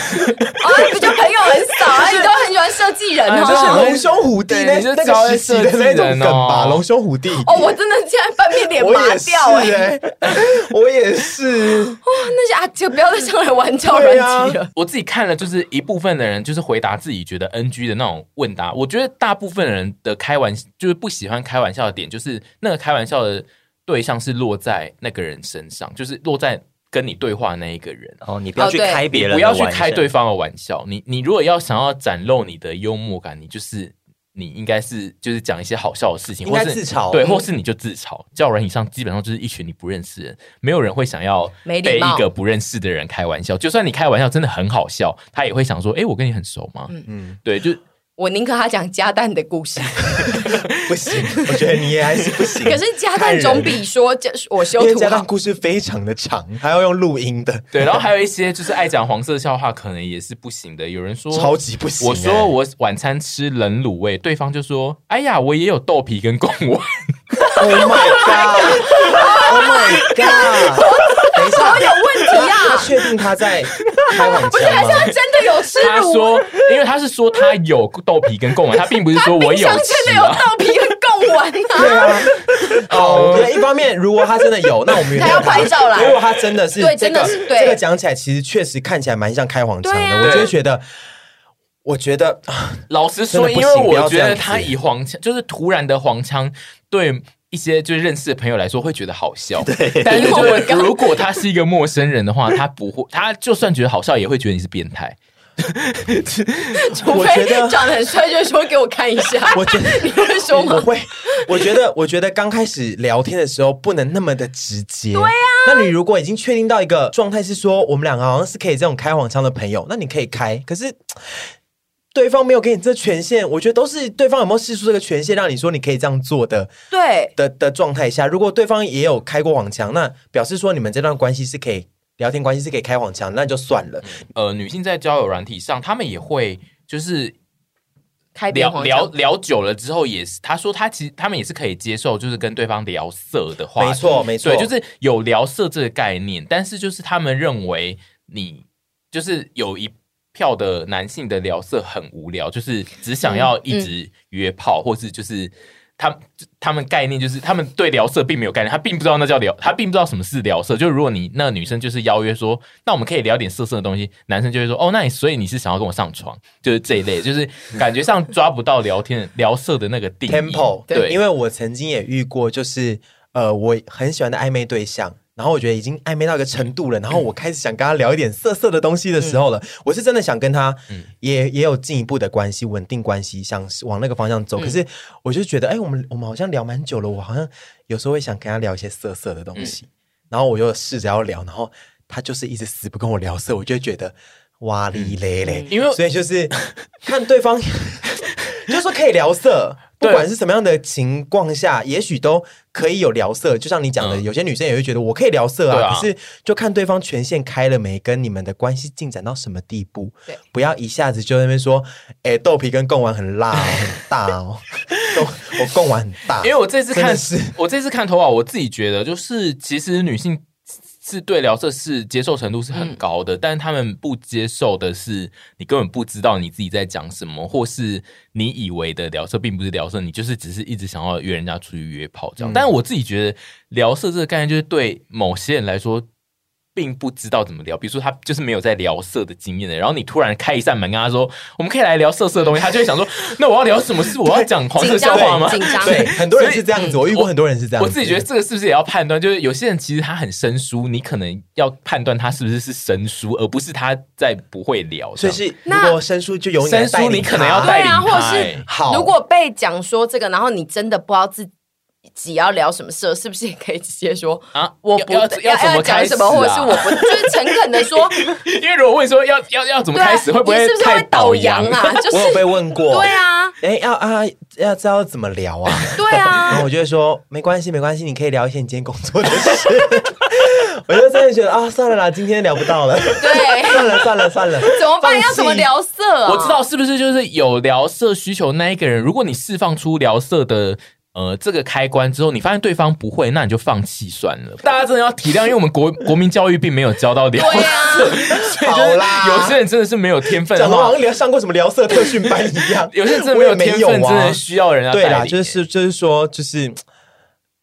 S1: 你就朋友很少啊，你都很喜欢设计人
S2: 啊
S1: 哦。
S3: 哎就是
S2: 很
S3: 龙兄虎弟
S2: 对
S3: 那
S2: 你就
S3: 那
S2: 找
S3: 个
S2: 人
S3: 时期的
S2: 设计
S3: 那种
S2: 人
S3: 梗吧，
S2: 哦
S3: 龙兄虎弟。
S1: 哦，我真的现在半边脸
S3: 我
S1: 麻
S3: 也是
S1: 掉哎、
S3: 哎、我也 是。
S1: 那些阿杰不要再上来玩交友软体
S3: 对啊
S1: 了。
S2: 我自己看了，就是一部分的人就是回答自己觉得 NG 的那种问答。我觉得大部分人的开玩就是不喜欢开玩笑的点，就是那个开玩笑的对象是落在那个人身上，就是落在跟你对话的那一个人。
S4: 哦，你不要
S1: 哦
S4: 去
S1: 对
S4: 开别人的
S2: 不要去
S4: 玩
S2: 开
S4: 笑
S2: 对方的玩笑。你你如果要想要展露你的幽默感，你就是你应该是就是讲一些好笑的事情，
S3: 应该
S2: 或是
S3: 自嘲
S2: 对，或是你就自嘲。叫人以上基本上就是一群你不认识的人，没有人会想要
S1: 没礼
S2: 被
S1: 貌
S2: 一个不认识的人开玩笑。就算你开玩笑真的很好笑，他也会想说：“哎、我跟你很熟吗？”嗯嗯，对，就
S1: 我宁可他讲加蛋的故 事，
S3: 不行，我觉得你也还是不行。
S1: 可是加蛋总比说这我修
S3: 因为
S1: 图
S3: 加
S1: 好
S3: 上。故事非常的长，还要用录音的，
S2: 对。然后还有一些就是爱讲黄色笑话，可能也是不行的。有人说
S3: 超级不行、
S2: 我
S3: 哎
S2: 说我晚餐吃冷卤味，对方就说：“哎呀，我也有豆皮跟贡丸。”
S3: ，Oh my God，Oh my God，等一下，
S1: 有问题
S3: 他
S1: 啊！
S3: 确定他在开玩
S1: 不是，还
S3: 笑
S1: 是他
S3: 吗？
S1: 真的有吃
S2: 他
S1: 乳？
S2: 说，因为他是说他有豆皮跟 贡丸，他并不是说我
S1: 冰
S2: 有
S1: 箱真的
S2: 吃
S1: 有
S2: 啊。
S1: 豆皮跟贡丸啊！
S3: 对啊，好，我觉得一方面，如果他真的有，那我们原谅
S1: 他要拍照啦
S3: 如果他真的是
S1: 对
S3: 这
S1: 真
S3: 个
S1: 的是对
S3: 这个讲起来，其实确实看起来蛮像开黄腔
S1: 对
S3: 的，
S1: 啊
S3: 我就会觉得。我觉得
S2: 老实
S3: 真
S2: 说，
S3: 的不
S2: 因
S3: 行
S2: 为我觉
S3: 不要
S2: 得
S3: 这样子
S2: 他以黄腔，就是突然的黄腔，对一些就是认识的朋友来说会觉得好 笑。对，但是就是如果他是一个陌生人的话，他不会，他就算觉得好笑，也会觉得你是变态。
S1: 除
S3: 我
S1: 非
S3: 觉得
S1: 长得很帅，就说给我看一下。
S3: 我觉得
S1: 你会说
S3: 我
S1: 吗？
S3: 会，我觉得， 我觉得刚开始聊天的时候不能那么的直接。对呀、那你如果已经确定到一个状态是说，我们两个好像是可以这种开黄腔的朋友，那你可以开。可是对方没有给你这权限，我觉得都是对方有没有试出这个权限，让你说你可以这样做的
S1: 对，
S3: 的的状态下，如果对方也有开过黄腔，那表示说你们这段关系是可以聊天关系是可以开黄腔，那就算了。
S2: 呃，女性在交友软体上，她们也会就是
S1: 开别
S2: 聊
S1: 黄
S2: 聊
S1: 腔。
S2: 聊久了之后也是，他说他其实他们也是可以接受，就是跟对方聊色的话题，
S3: 没错没错
S2: 对，就是有聊色这个概念，但是就是他们认为你就是有一票
S3: 嗯
S2: 的男性的聊色很无聊，就是只想要一直约炮，或是就是他他们概念就是他们对聊色并没有概念，他并不知道那叫聊，他并不知道什么是聊色。就是如果你那个女生就是邀约说，那我们可以聊点色色的东西，男生就会说哦，那你所以你是想要跟我上床，就是这一类，就是感觉上抓不到聊天聊色的那个定义
S3: tempo，
S2: 对，
S3: 因
S2: 为
S3: 为我曾经也遇过，就是呃，我很喜欢的暧昧对象，然后我觉得已经暧昧到一个程度了，然后我开始想跟他聊一点色色的东西的时候
S2: 嗯
S3: 了，我是真的想跟他也也有进一步的关系，稳定关系，想往那个方向
S2: 嗯
S3: 走。可是我就觉得，哎，我们我们好像聊蛮久了，我好像有时候会想跟他聊一些色色的东
S2: 嗯
S3: 西，然后我就试着要聊，然后他就是一直死不跟我聊色，我就觉得。哇哩嘞嘞，
S2: 嗯因为
S3: 所以就是看对方， 就是说可以聊色，不
S2: 对
S3: 管是什么样的情况下，也许都可以有聊色。就像你讲的，
S2: 嗯
S3: 有些女生也会觉得我可以聊色
S2: 对
S3: 啊，
S2: 啊
S3: 可是就看对方权限开了没，跟你们的关系进展到什么地步
S1: 对。
S3: 不要一下子就在那边说，哎、豆皮跟贡丸很辣、哦，很大哦， 都我贡丸很大，
S2: 因为我这次
S3: 真的
S2: 看
S3: 是
S2: 我这次看投稿，我自己觉得就是其实女性是对聊色是接受程度是很高的，但是她们不接受的是你根本不知道你自己在讲什么，或是你以为的聊色并不是聊色，你就是只是一直想要约人家出去约炮这样。但是我自己觉得聊色这个概念就是对某些人来说。并不知道怎么聊，比如说他就是没有在聊色的经验的，然后你突然开一扇门跟他说，我们可以来聊色色的东西，他就会想说，那我要聊什么事？我要讲黄色
S1: 紧
S2: 笑
S1: 张
S2: 话吗？
S1: 紧张，
S3: 对，很多人
S2: 所以嗯
S3: 是这样子，我遇过很多人是这样子。
S2: 我自己觉得这个是不是也要判断？就是有些人其实他很生疏，你可能要判断他是不是是生疏，而不是他在不会聊这
S3: 所
S2: 样。
S3: 以是如
S1: 那
S3: 果生疏就永远
S2: 生疏你可能要带
S1: 对
S2: 领
S1: 啊，
S2: 他
S1: 或者
S2: 哎
S1: 是
S3: 好
S1: 如果被讲说这个，然后你真的不知道自己要聊什么事，是不是也可以直接说
S2: 啊
S1: 我不
S2: 要要
S1: 要
S2: 要怎么
S1: 讲
S2: 开始
S1: 什么，
S2: 啊
S1: 或者是我不就是诚恳的说，
S2: 因为如果问说要要要怎么
S1: 对啊，
S2: 开始，会不会
S1: 你是不是
S2: 太
S1: 会
S2: 倒
S1: 羊
S2: 洋？
S1: 啊？就是
S3: 我有被问过，
S1: 对，啊，
S3: 哎、要啊要知道怎么聊 啊。
S1: 对啊
S3: 然，后我就会说没关系，没关系，你可以聊一些你今天工作的事。 我就真的觉得啊，算了啦，今天聊不到了，
S1: 对，
S3: 算了算了算了，
S1: 怎么办？
S3: 放弃
S1: 要怎么？聊色啊？
S2: 我知道是不是就是有聊色需求那一个人，如果你释放出聊色的。呃，这个开关之后，你发现对方不会，那你就放弃算了。大家真的要体谅，因为我们国国民教育并没有教到聊
S1: 对啊，
S2: 所以 就是有些人真的是没有天分的
S3: 讲的
S2: 话。
S3: 好，像聊上过什么聊色特训班一样
S2: 有些人真的
S3: 我
S2: 没
S3: 也
S2: 有
S3: 没
S2: 天
S3: 有
S2: 分，真
S3: 啊
S2: 的需要人家
S3: 对
S2: 带
S3: 啦，
S2: 领。
S3: 就是就是说就是。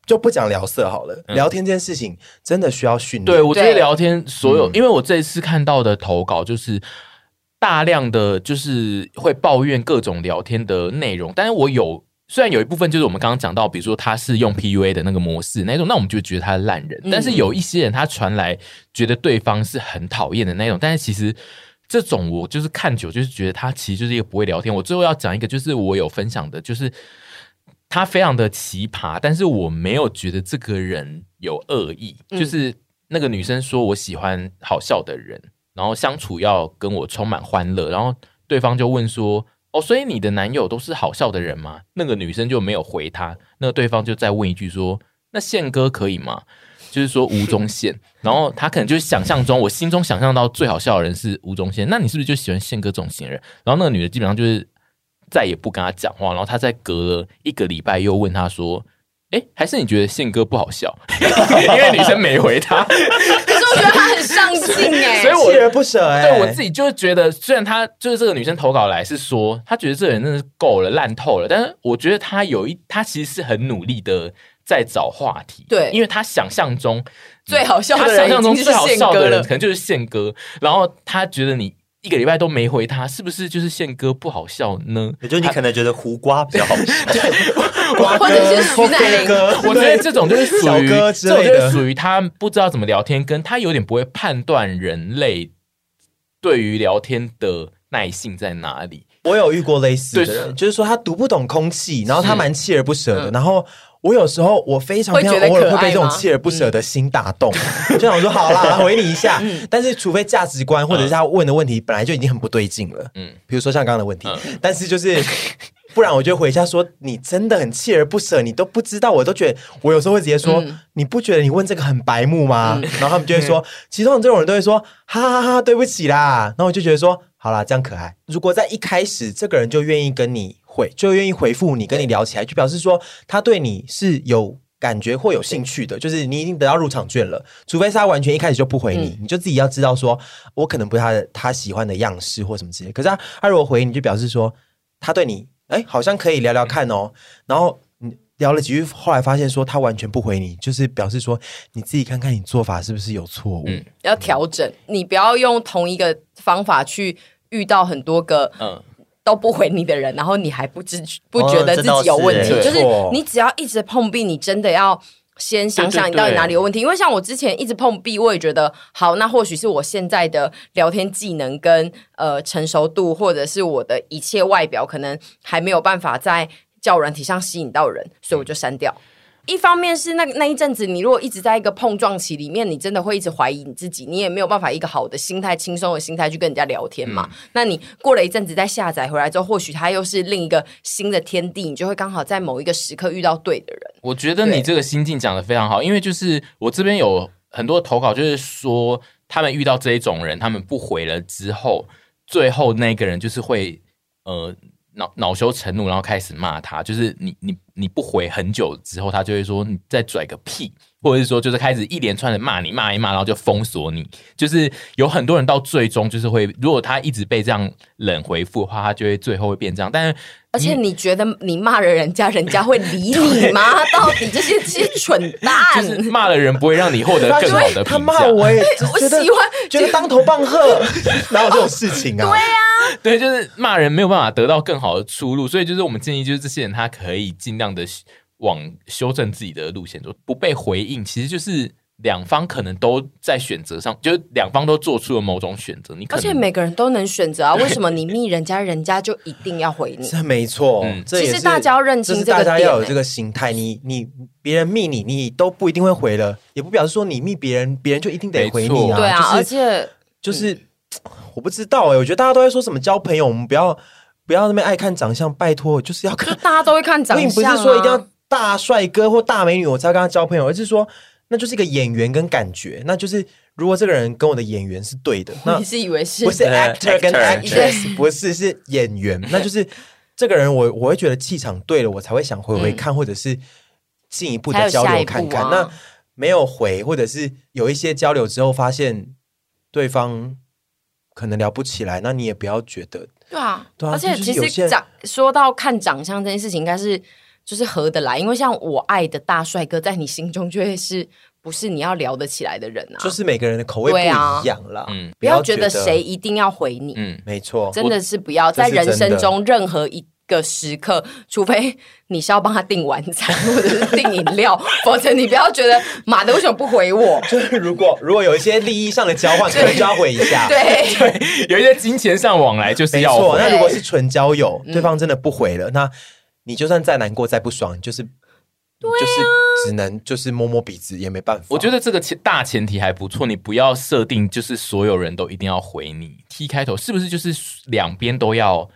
S3: 就不讲聊色好了，聊天这件事情真的需要训练。
S2: 嗯 对，我觉得
S1: 对
S2: 聊天所
S3: 嗯
S2: 有，因为我这一次看到的投稿就是大量的就是会抱怨各种聊天的内容，但是我有。虽然有一部分就是我们刚刚讲到，比如说他是用 PUA 的那个模式那种，那我们就觉得他是烂人。
S1: 嗯
S2: 但是有一些人他传来觉得对方是很讨厌的那种，但是其实这种我就是看久就是觉得他其实就是一个不会聊天。我最后要讲一个，就是我有分享的，就是他非常的奇葩，但是我没有觉得这个人有恶意。
S1: 嗯
S2: 就是那个女生说我喜欢好笑的人，然后相处要跟我充满欢乐，然后对方就问说。哦，所以你的男友都是好笑的人吗？那个女生就没有回他，那个对方就再问一句说：“那宪哥可以吗？”就是说吴宗宪，然后他可能就是想象中，我心中想象到最好笑的人是吴宗宪，那你是不是就喜欢宪哥这种型人？然后那个女的基本上就是再也不跟他讲话，然后他在隔了一个礼拜又问他说。哎，还是你觉得宪哥不好笑？ 因为女生没回他，
S1: 可是我觉得他很 上进哎
S2: 所以，我
S3: 锲而不舍哎、
S2: 欸对我自己就是觉得，虽然她就是这个女生投稿来是说，她觉得这个人真的是够了，烂透了，但是我觉得她有一，她其实是很努力的在找话题，
S1: 对
S2: 因为她想象中
S1: 最好笑的
S2: 他
S1: 人
S2: 想象中最好笑的
S1: 已经是宪哥
S2: 人
S1: 了
S2: 可能就是宪哥，然后他觉得你一个礼拜都没回他，是不是就是宪哥不好笑 呢？
S4: 也就是你可能觉得胡瓜比较好笑，
S3: 瓜哥
S1: 或者是徐乃麟
S3: 郭哥
S2: 我觉得这种就是属于
S3: 小
S2: 这
S3: 哥之
S2: 种
S3: 类的
S2: 就是属于他不知道怎么聊天，跟他有点不会判断人类对于聊天的耐性在哪里。
S3: 我有遇过类似的
S2: 对
S3: 人，就是说他读不懂空气，然后他蛮锲而不舍的。
S1: 嗯
S3: 然后我有时候我非常
S1: 会
S3: 非常
S1: 觉得
S3: 偶尔
S1: 可
S3: 会
S1: 爱
S3: 被这种
S1: 吗嗯
S3: 锲而不舍的心打动，就想说好啦，回你一下。但是除非价值观或者是他问的问题本来就已经很不对劲了，
S2: 嗯
S3: 嗯，比如说像刚刚的问题，
S1: 嗯
S3: 但是就是。不然我就回一下说，你真的很锲而不舍，你都不知道，我都觉得，我有时候会直接说，
S1: 嗯
S3: 你不觉得你问这个很白目吗？然后他们就会说，其实通常这种人都会说，哈哈哈哈，对不起啦。然后我就觉得说，好啦，这样可爱。如果在一开始这个人就愿意跟你回，就愿意回复你，跟你聊起来，就表示说他对你是有。感觉或有兴趣的，就是你已经得到入场券了，除非是他完全一开始就不回你，你就自己要知道说，我可能不是他的他喜欢的样式或什么之类。可是他他如果回你，就表示说他对你，哎、好像可以聊聊看哦。然后你聊了几句，后来发现说他完全不回你，就是表示说你自己看看你做法是不是有错误。
S2: 嗯
S1: 要调整，你不要用同一个方法去遇到很多个
S2: 嗯，
S1: 都不回你的人，然后你还不知不
S4: 哦
S1: 觉得自己有问题，
S4: 这
S3: 倒是
S1: 就是
S3: 对
S1: 你只要一直碰壁，你真的要。先想想你到底哪里有问题，因为像我之前一直碰壁，我也觉得好，那或许是我现在的聊天技能跟呃成熟度，或者是我的一切外表，可能还没有办法在教软体上吸引到人，所以我就删掉。一方面是那那一阵子，你如果一直在一个碰撞期里面，你真的会一直怀疑你自己，你也没有办法一个好的心态、轻松的心态去跟人家聊天嘛。
S3: 嗯
S1: 那你过了一阵子再下载回来之后，或许它又是另一个新的天地，你就会刚好在某一个时刻遇到对的人。
S3: 嗯
S2: 我觉得你这个心境讲的非常好，因为就是我这边有很多投稿，就是说他们遇到这一种人，他们不回了之后，最后那个人就是会呃恼恼羞成怒，然后开始骂他，就是你你你不回很久之后，他就会说你再拽个屁，或者是说就是开始一连串的骂你骂一骂，然后就封锁你。就是有很多人到最终就是会，如果他一直被这样冷回复的话，他就会最后会变这样，但是。
S1: 而且你觉得你骂了人家，人家会理你吗？
S3: 嗯
S1: 到底这些这些蠢 蛋！
S2: 就是骂了人不会让你获得
S3: 他
S2: 更
S3: 就
S2: 好的评价。
S3: 他骂我也
S1: 我
S3: 觉得
S1: 喜欢
S3: 觉得当头棒喝，哪有这种事情啊？
S2: 对，就是骂人没有办法得到更好的出路，所以就是我们建议，就是这些人他可以尽量的往修正自己的路线走，不被回应，其实就是两方可能都在选择上，就是两方都做出了某种选择。你可
S1: 而
S2: 能
S1: 且每个人都能选择啊，为什么你密人家，人家就一定要回你？
S3: 这没错，
S2: 嗯
S3: 这也
S1: 其实
S3: 是
S1: 大家要认清
S3: 这是
S1: 这个
S3: 大家
S1: 点
S3: 要有
S1: 欸
S3: 这个心态。你你别人密你，你都不一定会回了，也不表示说你密别人，别人就一定得回你
S2: 没
S3: 啊。
S2: 错
S1: 对啊，
S3: 就
S1: 而
S3: 是
S1: 且
S3: 就是、我不知道哎、我觉得大家都在说什么交朋友，我们不要不要那么爱看长相，拜托，就是要
S1: 就
S3: 看。
S1: 大家都会看长
S3: 我
S1: 相、
S3: 也
S1: 啊，
S3: 不是说一定要大帅哥或大美女我才要跟他交朋友，而是说那就是一个眼缘跟感觉，那就是如果这个人跟我的眼缘是对的，那
S1: 你是以为是
S3: 不是呃 actor 跟
S4: actor
S3: actress，不是是演员，那就是这个人我，我会觉得气场对了，我才会想回回看，或者是进一步的交流看看。
S1: 才有下一步啊
S3: 那没有回，或者是有一些交流之后发现对方可能聊不起来，那你也不要觉得
S1: 对啊，
S3: 对啊
S1: 而且
S3: 就是
S1: 其
S3: 有些
S1: 实
S3: 人
S1: 长说到看长相这件事情，应该是就是合得来，因为像我爱的大帅哥，在你心中就会是不是你要聊得起来的人啊？
S3: 就是每个人的口味不
S1: 对啊
S3: 一样啦。
S2: 嗯
S1: 不要觉得谁，一定要回你，
S2: 嗯，
S3: 没错，
S1: 真的是不要在
S3: 这是
S1: 人
S3: 真
S1: 生
S3: 的
S1: 中任何一。个时刻，除非你是要帮他订晚餐或者是订饮料，否则你不要觉得妈的为什么不回我？
S3: 就是如果如果有一些利益上的交 换，可能就要回一下。
S1: 对，
S2: 有一些金钱上往来就是
S3: 没
S2: 要
S3: 错，
S2: 回
S3: 那
S1: 对
S3: 如果是纯交友，对方真的不回了，那你就算再难过、再不爽，就是、就是只能就是摸摸鼻子，也没办法。
S2: 我觉得这个前大前提还不错，你不要设定就是所有人都一定要回你。T 开头是不是就是两边都要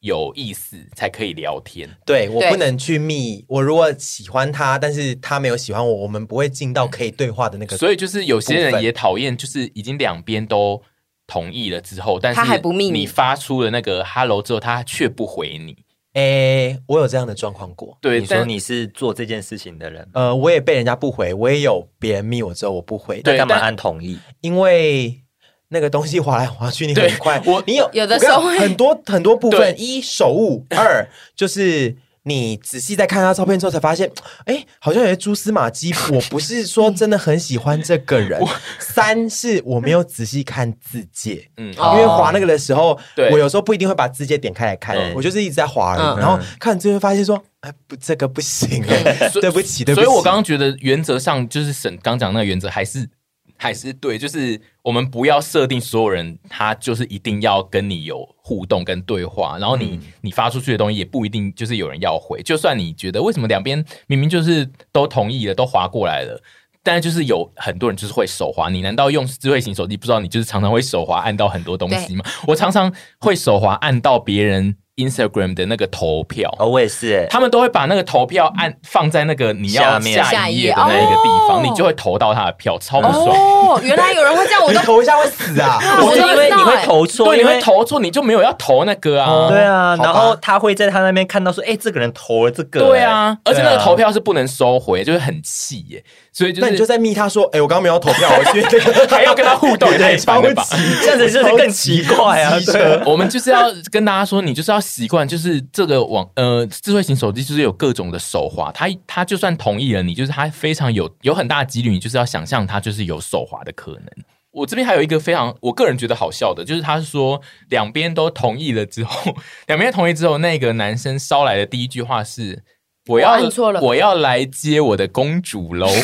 S2: 有意思才可以聊天？
S3: 对我
S1: 对
S3: 不能去密，我如果喜欢他，但是他没有喜欢我，我们不会进到可以对话的那个。
S2: 所以就是有些
S3: 部
S2: 人
S3: 分
S2: 也讨厌，就是已经两边都同意了之后，但是
S1: 他还不密你
S2: 你发出了那个 hello 之后，他却不回你。
S3: 哎，我有这样的状况 过。
S2: 对，
S4: 你说
S2: 但
S4: 你是做这件事情的人，
S3: 呃，我也被人家不回，我也有别人密我之后我不回，
S2: 对
S4: 那干嘛
S2: 但
S4: 按同意？
S3: 因为那个东西滑来滑去，你很
S2: 对
S3: 快，
S2: 我
S3: 你有
S1: 有的
S3: 我跟你讲
S1: 时候会
S3: 很多很多部
S2: 对
S3: 分，一手误，二就是你仔细在看他照片之后才发现，哎，好像有些蛛丝马迹，我不是说真的很喜欢这个人。 三是我没有仔细看字界。
S2: 嗯，
S1: 哦
S3: 因为滑那个的时候，
S2: 对
S3: 我有时候不一定会把字界点开来看
S2: 嗯，
S3: 我就是一直在滑而已，
S1: 嗯
S3: 然后看最后发现说，哎，不，这个不行，哎
S2: 嗯所以
S3: 对不起，对不
S2: 所
S3: 起。
S2: 以我刚刚觉得原则上就是沈刚讲那个原则还是还是对，就是我们不要设定所有人他就是一定要跟你有互动跟对话，然后你、
S3: 嗯
S2: 你发出去的东西也不一定就是有人要回，就算你觉得为什么两边明明就是都同意了，都划过来了。但是就是有很多人就是会手滑，你难道用智慧型手机不知道你就是常常会手滑按到很多东西吗？我常常会手滑按到别人 Instagram 的那个投票，
S4: 哦，我也是、欸，
S2: 他们都会把那个投票按放在那个你要
S4: 下面
S2: 下一页的那一
S1: 下一
S2: 个地
S1: 页哦
S2: 方，你就会投到他的票，超不爽。
S1: 哦，原来有人会这样，我
S3: 你
S1: 都
S3: 投一下会 死啊！
S1: 我
S4: 不是
S1: 都
S4: 因为
S1: 知道
S4: 你会
S1: 欸
S4: 投错，
S2: 对，你
S4: 因为
S2: 会。投错，你就没有要投那个
S3: 哦
S2: 啊。
S4: 对啊，
S3: 好吧
S4: 然后他会在他那边看到说，哎、这个人投了这个、欸，
S2: 对啊，而且那
S4: 对
S2: 个投票是不能收回，就是很气耶。所以就
S3: 那
S2: 是
S3: 你就在密他说，哎、我刚刚没有投票，我去那个
S2: 还要跟他互动，也太烦了吧！
S4: 这样子就是更奇怪啊！ 对，
S2: 我们就是要跟大家说，你就是要习惯，就是这个网呃智慧型手机就是有各种的手滑，它它就算同意了你，就是它非常有有很大的几率，你就是要想象它就是有手滑的可能。我这边还有一个非常我个人觉得好笑的，就是他说两边都同意了之后， 两边同意之后，那个男生捎来的第一句话是：“我要
S1: 我按错了
S2: 我要来接我的公 主喽。”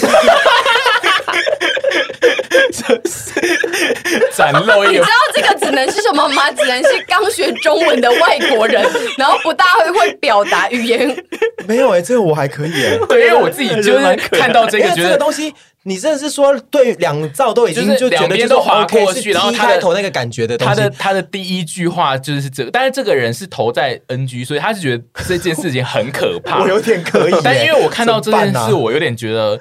S2: 展
S3: 哎
S2: 露一
S1: 哦你
S2: 个
S1: 知道这个只能是什么吗？只能是刚学中文的外国人，然后不大会会表达语言。
S3: 没有哎、这个我还可以哎、
S2: 对，因为我自己就是看到这
S3: 因
S2: 个，
S3: 为
S2: 觉
S3: 这个
S2: 得
S3: 东西，你真的是说对两兆都已经
S2: 就是
S3: 就觉
S2: 两
S3: 得
S2: 边
S3: 就
S2: 都
S3: 是
S2: 划
S3: OK，
S2: 过去
S3: 是
S2: 然后
S3: T
S2: 他的
S3: 开头那个感觉的东
S2: 他
S3: 西
S2: 的，他的第一句话就是这个，但是这个人是投在 NG，所以他是觉得这件事情很可怕。
S3: 我有点可以、欸。
S2: 但因为我看到这件
S3: 怎
S2: 事，
S3: 么办啊
S2: 我有点觉得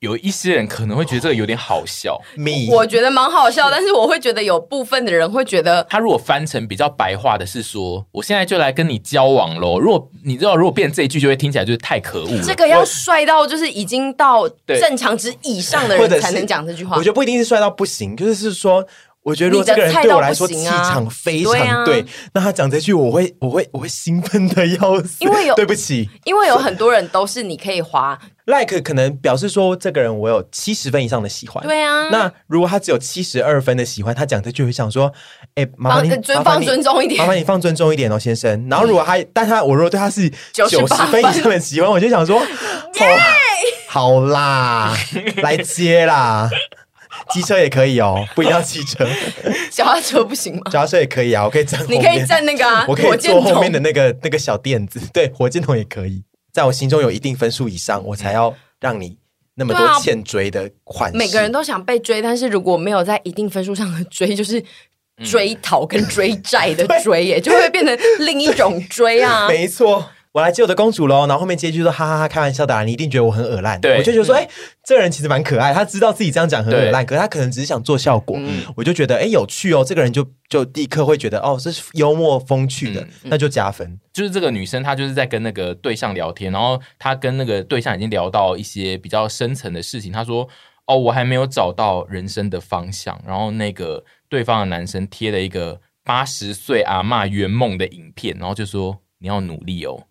S2: 有一些人可能会觉得这个有点好笑。
S3: 米，
S1: 我觉得蛮好笑，但是我会觉得有部分的人会觉得
S2: 他如果翻成比较白话的是说，我现在就来跟你交往喽。如果你知道，如果变这一句，就会听起来就是太可
S3: 嗯
S2: 恶了。
S1: 这个要帅到就是已经到
S2: 对
S1: 正常值以上的
S3: 或者
S1: 人
S3: 是
S1: 才能讲这句话
S3: 我觉。得不一定是帅到不行，就是是说，我觉得如果这
S1: 你
S3: 个人
S1: 的菜
S3: 对
S1: 到
S3: 我来说
S1: 不
S3: 气
S1: 行啊
S3: 场非常
S1: 对啊
S3: 对，那他讲这句，我会我会我会兴奋的要死。
S1: 因为有
S3: 对不起
S1: 因为有很多人都是你可以滑，
S3: ，like 可能表示说这个人我有七十分以上的喜欢。
S1: 对啊，
S3: 那如果他只有七十二分的喜欢，他讲这句会想说，哎、麻
S1: 放
S3: 烦你
S1: 呃尊
S3: 麻
S1: 放
S3: 烦你
S1: 尊 嗯重一
S3: 麻
S1: 点。
S3: 烦你放尊重一点哦，先生。然后如果他，但他我如果对他是九十
S1: 98
S3: 分以上的喜欢，我就 想说，哦，好啦，来 接啦，机车也可以哦，不一定要汽车，
S1: 脚踏车不行吗？
S3: 脚踏车也可以啊，我可以 站后
S1: 你
S3: 面，
S1: 可以站那个啊，
S3: 我可
S1: 火
S3: 以
S1: 箭
S3: 坐后
S1: 筒
S3: 面的那个那个小垫子， 对，火箭筒也可以。在我心中有一定分数以上，我才要让你那么
S1: 嗯对啊
S3: 多欠追的款式。
S1: 每个人都想被追，但是如果没有在一定分数上的
S3: 嗯
S1: 追，就是追讨跟追债的追耶，就会变成另一种追啊。
S3: 没错，我来接我的公主喽。然后后面接一句说哈哈哈，开玩笑的啦，你一定觉得我很恶烂。
S2: 对
S3: 我就觉
S1: 嗯
S3: 得说，哎、这个人其实蛮可爱，他知道自己这样讲很恶烂，可是他可能只是想做效果。
S1: 嗯
S3: 我就觉得，哎、有趣哦，这个人就就立刻会觉得，哦，这是幽默风趣
S1: 嗯
S3: 的，那就加分。
S2: 就是这个女生，她就是在跟那个对象聊天，然后她跟那个对象已经聊到一些比较深层的事情。她说：“哦，我还没有找到人生的方向。”然后那个对方的男生贴了一个八十岁阿嬷圆梦的影片，然后就说：“你要努力哦。”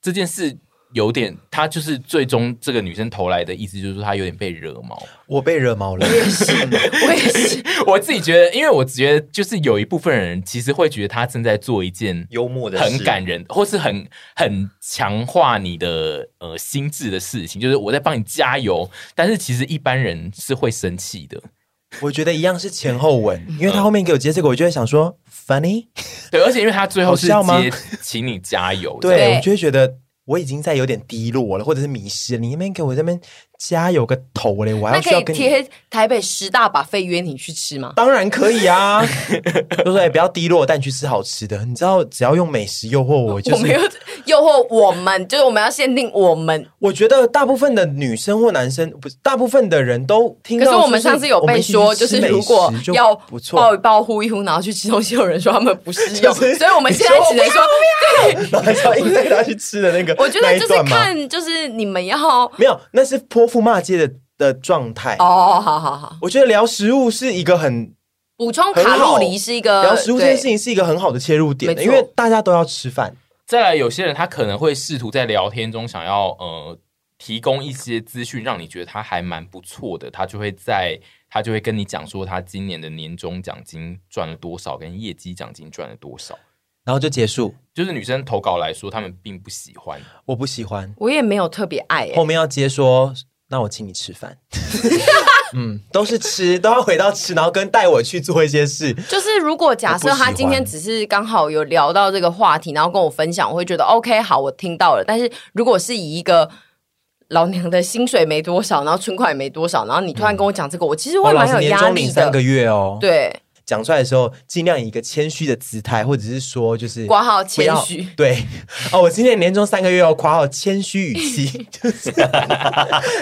S2: 这件事有点，她就是最终这个女生投来的意思，就是说她有点被惹毛。
S3: 我被惹毛了，
S1: 我也是，
S2: 我自己觉得，因为我觉得就是有一部分人其实会觉得她正在做一件
S4: 幽默的
S2: 很
S4: 事
S2: 感人，或是很很强化你的呃心智的事情，就是我在帮你加油。但是其实一般人是会生气的，
S3: 我觉得一样是前后文，
S1: 嗯
S3: 因为他后面给我接这个，我就会想说，funny，
S2: 对，而且因为他最后是
S3: 好笑吗
S2: 接请你加油，
S3: 对
S1: 对
S3: 我就会觉得。我已经在有点低落了，或者是迷失了。你那边给我这边加油个头嘞，我还
S1: 那
S3: 要需
S1: 可
S3: 要
S1: 以
S3: 跟你
S1: 贴台北十大把费约你去吃吗？
S3: 当然可 以啊，就说哎、不要低落，但去吃好吃的。你知道，只要用美食诱惑我，就
S1: 我没有
S3: 是
S1: 诱惑我们，就是我们要限定我们。
S3: 我觉得大部分的女生或男生，不是大部分的人都听
S1: 可
S3: 到。
S1: 是我们上次有被说，就
S3: 就
S1: 是是
S3: 我们一
S1: 如
S3: 起去吃
S1: 果
S3: 美食就
S1: 要
S3: 不
S1: 抱一
S3: 错，
S1: 抱、呼一呼，然后去吃东西，有人说他们不适用，
S3: 就是
S1: 所以我们现在只能说，对，
S3: 然后还是要硬带他去吃的那个，
S1: 我觉
S3: 那
S1: 得
S3: 一
S1: 就是
S3: 段吗
S1: 看，就是你们要
S3: 没有，那是泼妇骂街的的状态。
S1: 哦，好好好，
S3: 我觉得聊食物是一个很
S1: 补充卡路里是一个
S3: 聊食物这件事
S1: 对
S3: 情是一个很好的切入点的，
S1: 没
S3: 因
S1: 错
S3: 为大家都要吃饭。
S2: 再来，有些人他可能会试图在聊天中想要呃提供一些资讯，让你觉得他还蛮不错的，他就会在他就会跟你讲说他今年的年终奖金赚了多少，跟业绩奖金赚了多少。
S3: 然后就结束，
S2: 就是女生投稿来说，他们并不喜欢。
S3: 我不喜欢。
S1: 我也没有特别爱、欸
S3: 后，面要接说，那我请你 吃饭。嗯，都是吃，都要回到吃，然后跟带我去做一些事。
S1: 就是如果假设
S3: 我不喜
S1: 他
S3: 欢
S1: 今天只是刚好有聊到这个话题，然后跟我分享，我会觉得哦 OK，好，我听到了。但是如果是以一个老娘的薪水没多少，然后存款也没多少，然后 你突然跟我讲这个，我其实会
S3: 哦我老
S1: 蛮
S3: 师
S1: 有
S3: 年
S1: 压
S3: 终
S1: 力
S3: 领三个
S1: 的。
S3: 月哦。，
S1: 对，
S3: 讲出来的时候，尽量以一个谦虚的姿态，或者是说就是
S1: 挂号谦
S3: 不要
S1: 虚。
S3: 对， 哦，我今年年终三个月哦，括号谦虚语 气， 就是，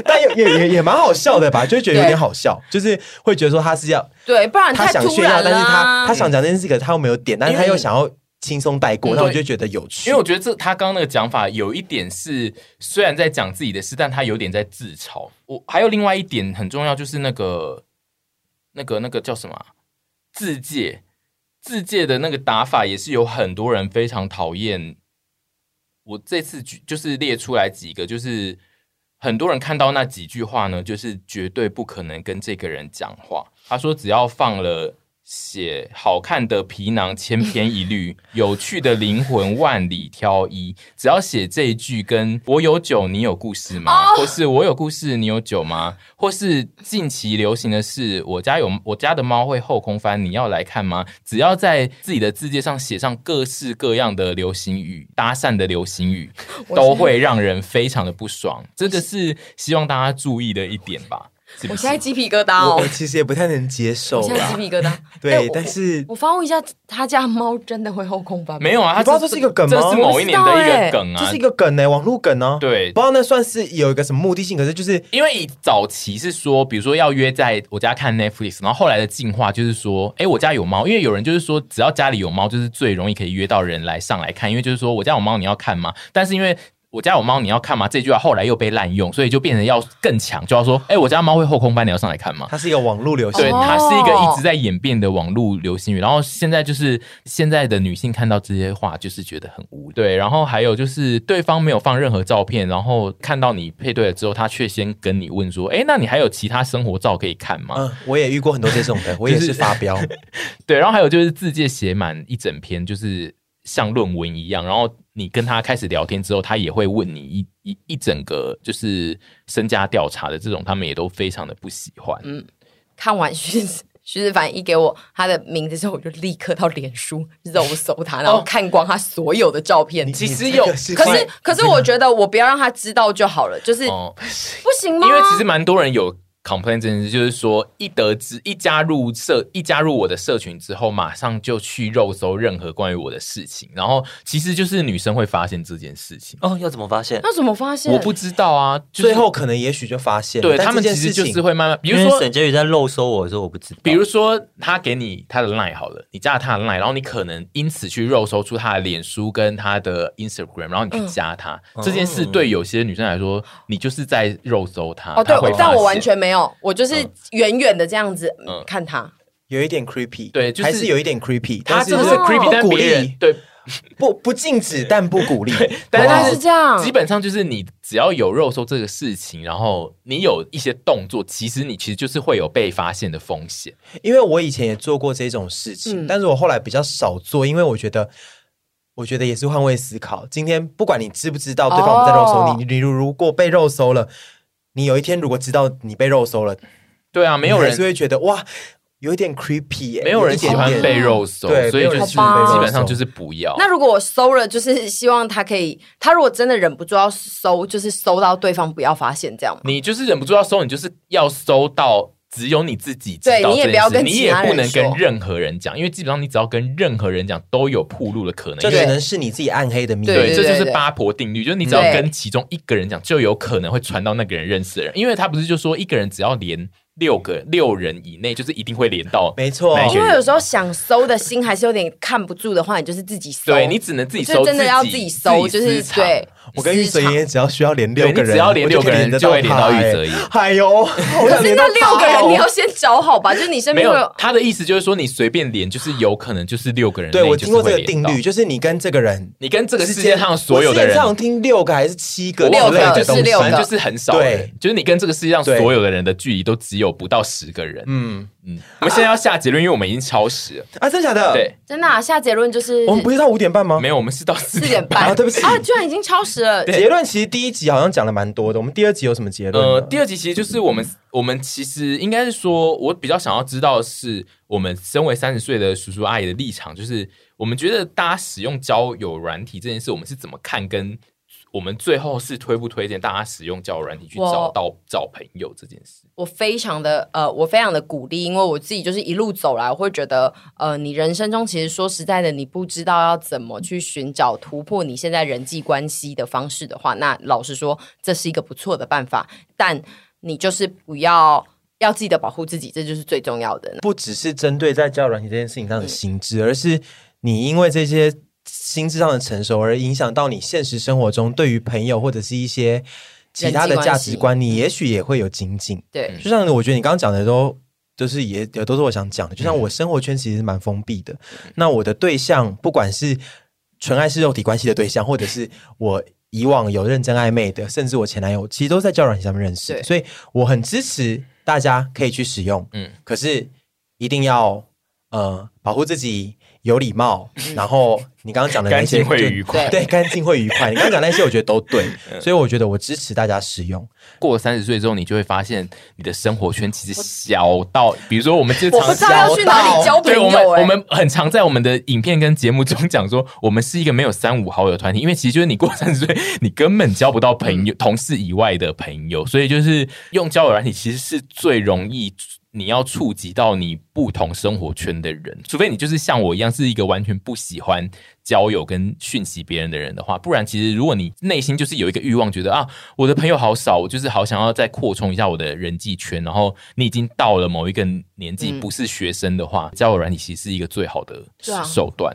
S3: 但也也也也蛮好笑的吧，就会觉得有点好笑，就是会觉得说他是要
S1: 对，不然
S3: 他
S1: 太
S3: 想
S1: 突
S3: 炫耀，
S1: 然了
S3: 但是他
S1: 啊、
S3: 他想讲这件事，可是他又没有点，但是他又想要轻松带过，
S2: 嗯
S3: 那我
S2: 对
S3: 就觉得有趣
S2: 因为。我觉得这他刚刚那个讲法有一点是，虽然在讲自己的事，但他有点在自嘲。我还有另外一点很重要，就是那个那个那个叫什么啊自介，自介的那个打法也是有很多人非常讨厌。我这次举就是列出来几个，就是很多人看到那几句话呢，就是绝对不可能跟这个人讲话。他说，只要放了写好看的皮囊千篇一律，有趣的灵魂万里挑一，只要写这一句跟“我有酒，你有故事吗”或是“我有故事，你有酒吗”，或是近期流行的是“我家有我家的猫会后空翻，你要来看吗”，只要在自己的字界上写上各式各样的流行语、搭讪的流 行语，
S1: 我
S2: 都会让人非常的不爽。这个是希望大家注意的一点吧。是不
S1: 我
S2: 是
S1: 现在鸡皮疙瘩
S3: 我
S1: 哦
S3: 我，其实也不太能接受
S1: 我现在鸡
S3: 啦，
S1: 皮疙瘩。哎
S3: 对，
S1: 我
S3: 但是
S1: 我发问一下，他家猫真的会后空翻吗？
S2: 没有啊，他
S3: 你不知道这是一个梗吗
S2: 这是某一年的一个梗
S3: 欸这
S2: 啊
S3: 是一。个梗呢、网络梗呢、
S2: 对
S3: 不，知道那算是有一个什么目的性，可是就是
S2: 因为以早期是说，比如说要约在我家看 Netflix，然后后来的进化就是说，哎，我家有猫，因为有人就是说，只要家里有猫，就是最容易可以约到人来上来看，因为就是说我家有猫，你要看吗？但是因为我家有猫，你要看吗？这句话后来又被滥用，所以就变成要更强，就要说，哎，我家猫会后空翻，你要上来看吗？
S3: 它是一个网络流行
S2: 对，
S1: 哦
S2: 它是一个一直在演变的网络流行语。然后现在就是现在的女性看到这些话，就是觉得很无对。然后还有就是对方没有放任何照片，然后看到你配对了之后，他却先跟你问说：“哎，那你还有其他生活照可以看吗？”
S3: 嗯，我也遇过很多这种的，我也是发 飙。
S2: 对，然后还有就是字界写满一整篇，就是像论文一样。然后你跟他开始聊天之后，他也会问你一一一整个就是身家调查的这种，他们也都非常的不喜欢。
S1: 看完徐子徐子凡一给我他的名字之后，我就立刻到脸书肉搜他，然后看光他所有的照片。
S2: 其实
S3: 你这
S2: 有
S3: 个是
S1: 可
S3: 快
S1: 是，可是我觉得我不要让他知道就好了，就是
S2: 哦，
S1: 不行吗？
S2: 因为其实蛮多人有 complain 这件事，就是说一得知一加入社一加入我的社群之后，马上就去肉搜任何关于我的事情，然后其实就是女生会发现这件事情，
S4: 哦，要怎么发现？
S1: 那怎么发现？
S2: 我不知道啊，就是
S3: 最后可能也许就发现了，
S2: 对
S3: 但
S2: 他们
S3: 这
S2: 其
S3: 件
S2: 实
S3: 事
S2: 就
S3: 情
S2: 是会慢慢，比
S4: 因
S2: 如
S4: 为
S2: 说
S4: 沈婕妤在漏搜我的时候，我不知道。
S2: 比如说，他给你他的 line 好了，你加了他的 line，然后你可能因此去肉搜出他的脸书跟他的 Instagram，然后你去加他、这件事，对有些女生来说，你就是在肉搜他。
S1: 哦，对
S2: 她会，
S1: 但
S2: 发
S1: 我完
S2: 现
S1: 全没有，我就是远远的这样子
S2: 嗯
S1: 看他。
S3: 有一点 creepy，
S2: 对就是
S3: 还是有一点 creepy，
S2: 他
S3: 但
S2: 真
S3: 是
S2: 的是
S1: 哦
S2: creepy，但
S3: 不鼓
S2: 别人
S3: 励，
S2: 对
S3: 不不禁止，但不鼓励。
S2: 但
S3: 好不好
S1: 原来是这样
S2: 基本上就是你只要有肉搜这个事情，然后你有一些动作，其实你其实就是会有被发现的风险。
S3: 因为我以前也做过这种事情，
S1: 嗯
S3: 但是我后来比较少做，因为我觉得，我觉得也是换位思考。今天不管你知不知道对方我们在肉搜
S1: 哦
S3: 你，你如如果被肉搜了，你有一天如果知道你被肉搜了，
S2: 对啊，没有
S3: 你还
S2: 人
S3: 是会觉得哇，有一点 creepy，、耶，
S2: 没有人
S3: 一
S2: 喜
S3: 点
S2: 欢
S3: 点
S2: 被肉搜，
S3: 对
S2: 所以
S3: 没有
S2: 就
S3: 人
S2: 是
S1: 喜欢被肉搜
S2: 基本上就是不要。
S1: 那如果我搜了，就是希望他可以，他如果真的忍不住要搜，就是搜到对方不要发现这样吗？
S2: 你就是忍不住要搜，你就是要搜到只有你自己知
S1: 对
S2: 道
S1: 你也
S2: 这件
S1: 不要
S2: 事
S1: 跟
S2: 你
S1: 其
S2: 也
S1: 他
S2: 不
S1: 人
S2: 能跟
S1: 说
S2: 任何人讲，因为基本上你只要跟任何人讲都有铺路的可能。
S3: 这
S2: 因为
S3: 只能是你自己暗黑的秘密。
S1: 对
S2: 这就是
S1: 对
S2: 八婆定律，就是你只要
S1: 对
S2: 跟其中一个人讲，就有可能会传到那个人认识的人，因为他不是就说一个人只要连六个六人以内，就是一定会连到。
S3: 没错
S2: 哪一，
S1: 因
S2: 个
S1: 为有时候想搜的心还是有点看不住的话，你就是自己搜。
S2: 对你只能自己
S1: 就
S2: 搜，
S1: 真的要自
S2: 己
S1: 己搜，
S2: 自
S1: 就
S2: 己
S1: 是
S2: 私藏
S1: 对。
S3: 我跟玉泽
S1: 私藏
S3: 也只要需要连
S2: 对
S3: 六个
S2: 你
S3: 人，
S2: 只要连
S3: 我
S2: 六个人
S3: 可以
S2: 就会
S3: 连
S2: 连
S3: 到
S2: 到
S3: 他
S2: 玉泽
S3: 耶
S2: 一
S3: 哎呦，可
S1: 可是那六个
S3: 哦
S1: 人你要先找好吧，就是你身
S2: 没
S1: 边会
S2: 有他的意思就是说，你随便连，就是有可能就是六个人内
S3: 对
S2: 就是
S3: 我
S2: 会连到。
S3: 听过这个定律，就是你跟这个人
S2: 你跟这个世界上所有的
S3: 我之
S2: 人
S3: 前上听六个还是七个之
S1: 六个
S3: 类的
S1: 就
S3: 东
S1: 是
S3: 西，
S1: 六个
S2: 反正就是很少人
S3: 对，
S2: 就是你跟这个世界上
S3: 对
S2: 所有的人的距离都只有不到十个人。
S3: 嗯
S2: 嗯，我们现在要下结论，因为我们已经超时了。
S3: 啊，真的假的？
S2: 对，，
S1: 真的啊、下结论就是
S3: 我们不是到五点半吗？
S2: 没有，我们是到四
S1: 四点
S2: 点半。
S1: 半、
S3: 啊对不起
S1: 啊，居然已经超时了。
S3: 结论其实第一集好像讲了蛮多的，我们第二集有什么结论呢？
S2: 呃，第二集其实就是我们，我们其实应该是说，我比较想要知道的是，我们身为三十岁的叔叔阿姨的立场，就是我们觉得大家使用交友软体这件事，我们是怎么看，跟我们最后是推不推荐大家使用交友软体去找
S1: 我
S2: 到找朋友这件事。
S1: 我非常的呃，我非常的鼓励，因为我自己就是一路走来，我会觉得呃，你人生中其实说实在的，你不知道要怎么去寻找突破你现在人际关系的方式的话，那老实说，这是一个不错的办法，但你就是不要要记得保护自己，这就是最重要的。
S3: 不只是针对在交友软体这件事情上的心智，而是你因为这些心智上的成熟，而影响到你现实生活中对于朋友或者是一些其他的价值观，你也许也会有精进。
S1: 对，
S2: 嗯
S3: 就像我觉得你刚刚讲的都，就是也也都是我想讲的。就
S2: 嗯
S3: 像我生活圈其实是蛮封闭的，那我的对象不管是纯爱是肉体关系的对象，或者是我以往有认真暧昧的，甚至我前男友，其实都是在交友软件上面认识的，
S1: 对
S3: 所以我很支持大家可以去使用，
S2: 嗯
S3: 嗯，可是一定要呃保护自己。有礼貌，然后你刚刚讲的
S2: 嗯
S3: 那
S2: 干
S3: 些
S2: 净会
S3: 就
S2: 愉快。嗯
S3: 对，干净会愉快。你刚刚讲那些，我觉得都 对，所以我觉得我支持大家使用。
S2: 过了三十岁之后，你就会发现你的生活圈其实小到，比如说我们经
S1: 我不
S2: 常
S1: 知道要去哪里交朋
S2: 对我们，
S1: 友、欸，
S2: 我们很常在我们的影片跟节目中讲说，我们是一个没有三五好友的团体，因为其实就是你过三十岁，你根本交不到朋
S1: 嗯
S2: 友，同事以外的朋友，所以就是用交友软体其实是最容易。你要触及到你不同生活圈的人，除非你就是像我一样是一个完全不喜欢交友跟讯息别人的人的话，不然其实如果你内心就是有一个欲望，觉得啊我的朋友好少，我就是好想要再扩充一下我的人际圈，然后你已经到了某一个年纪，
S1: 嗯
S2: 不是学生的话，交友软体其实是一个最好的
S1: 对啊
S2: 手段。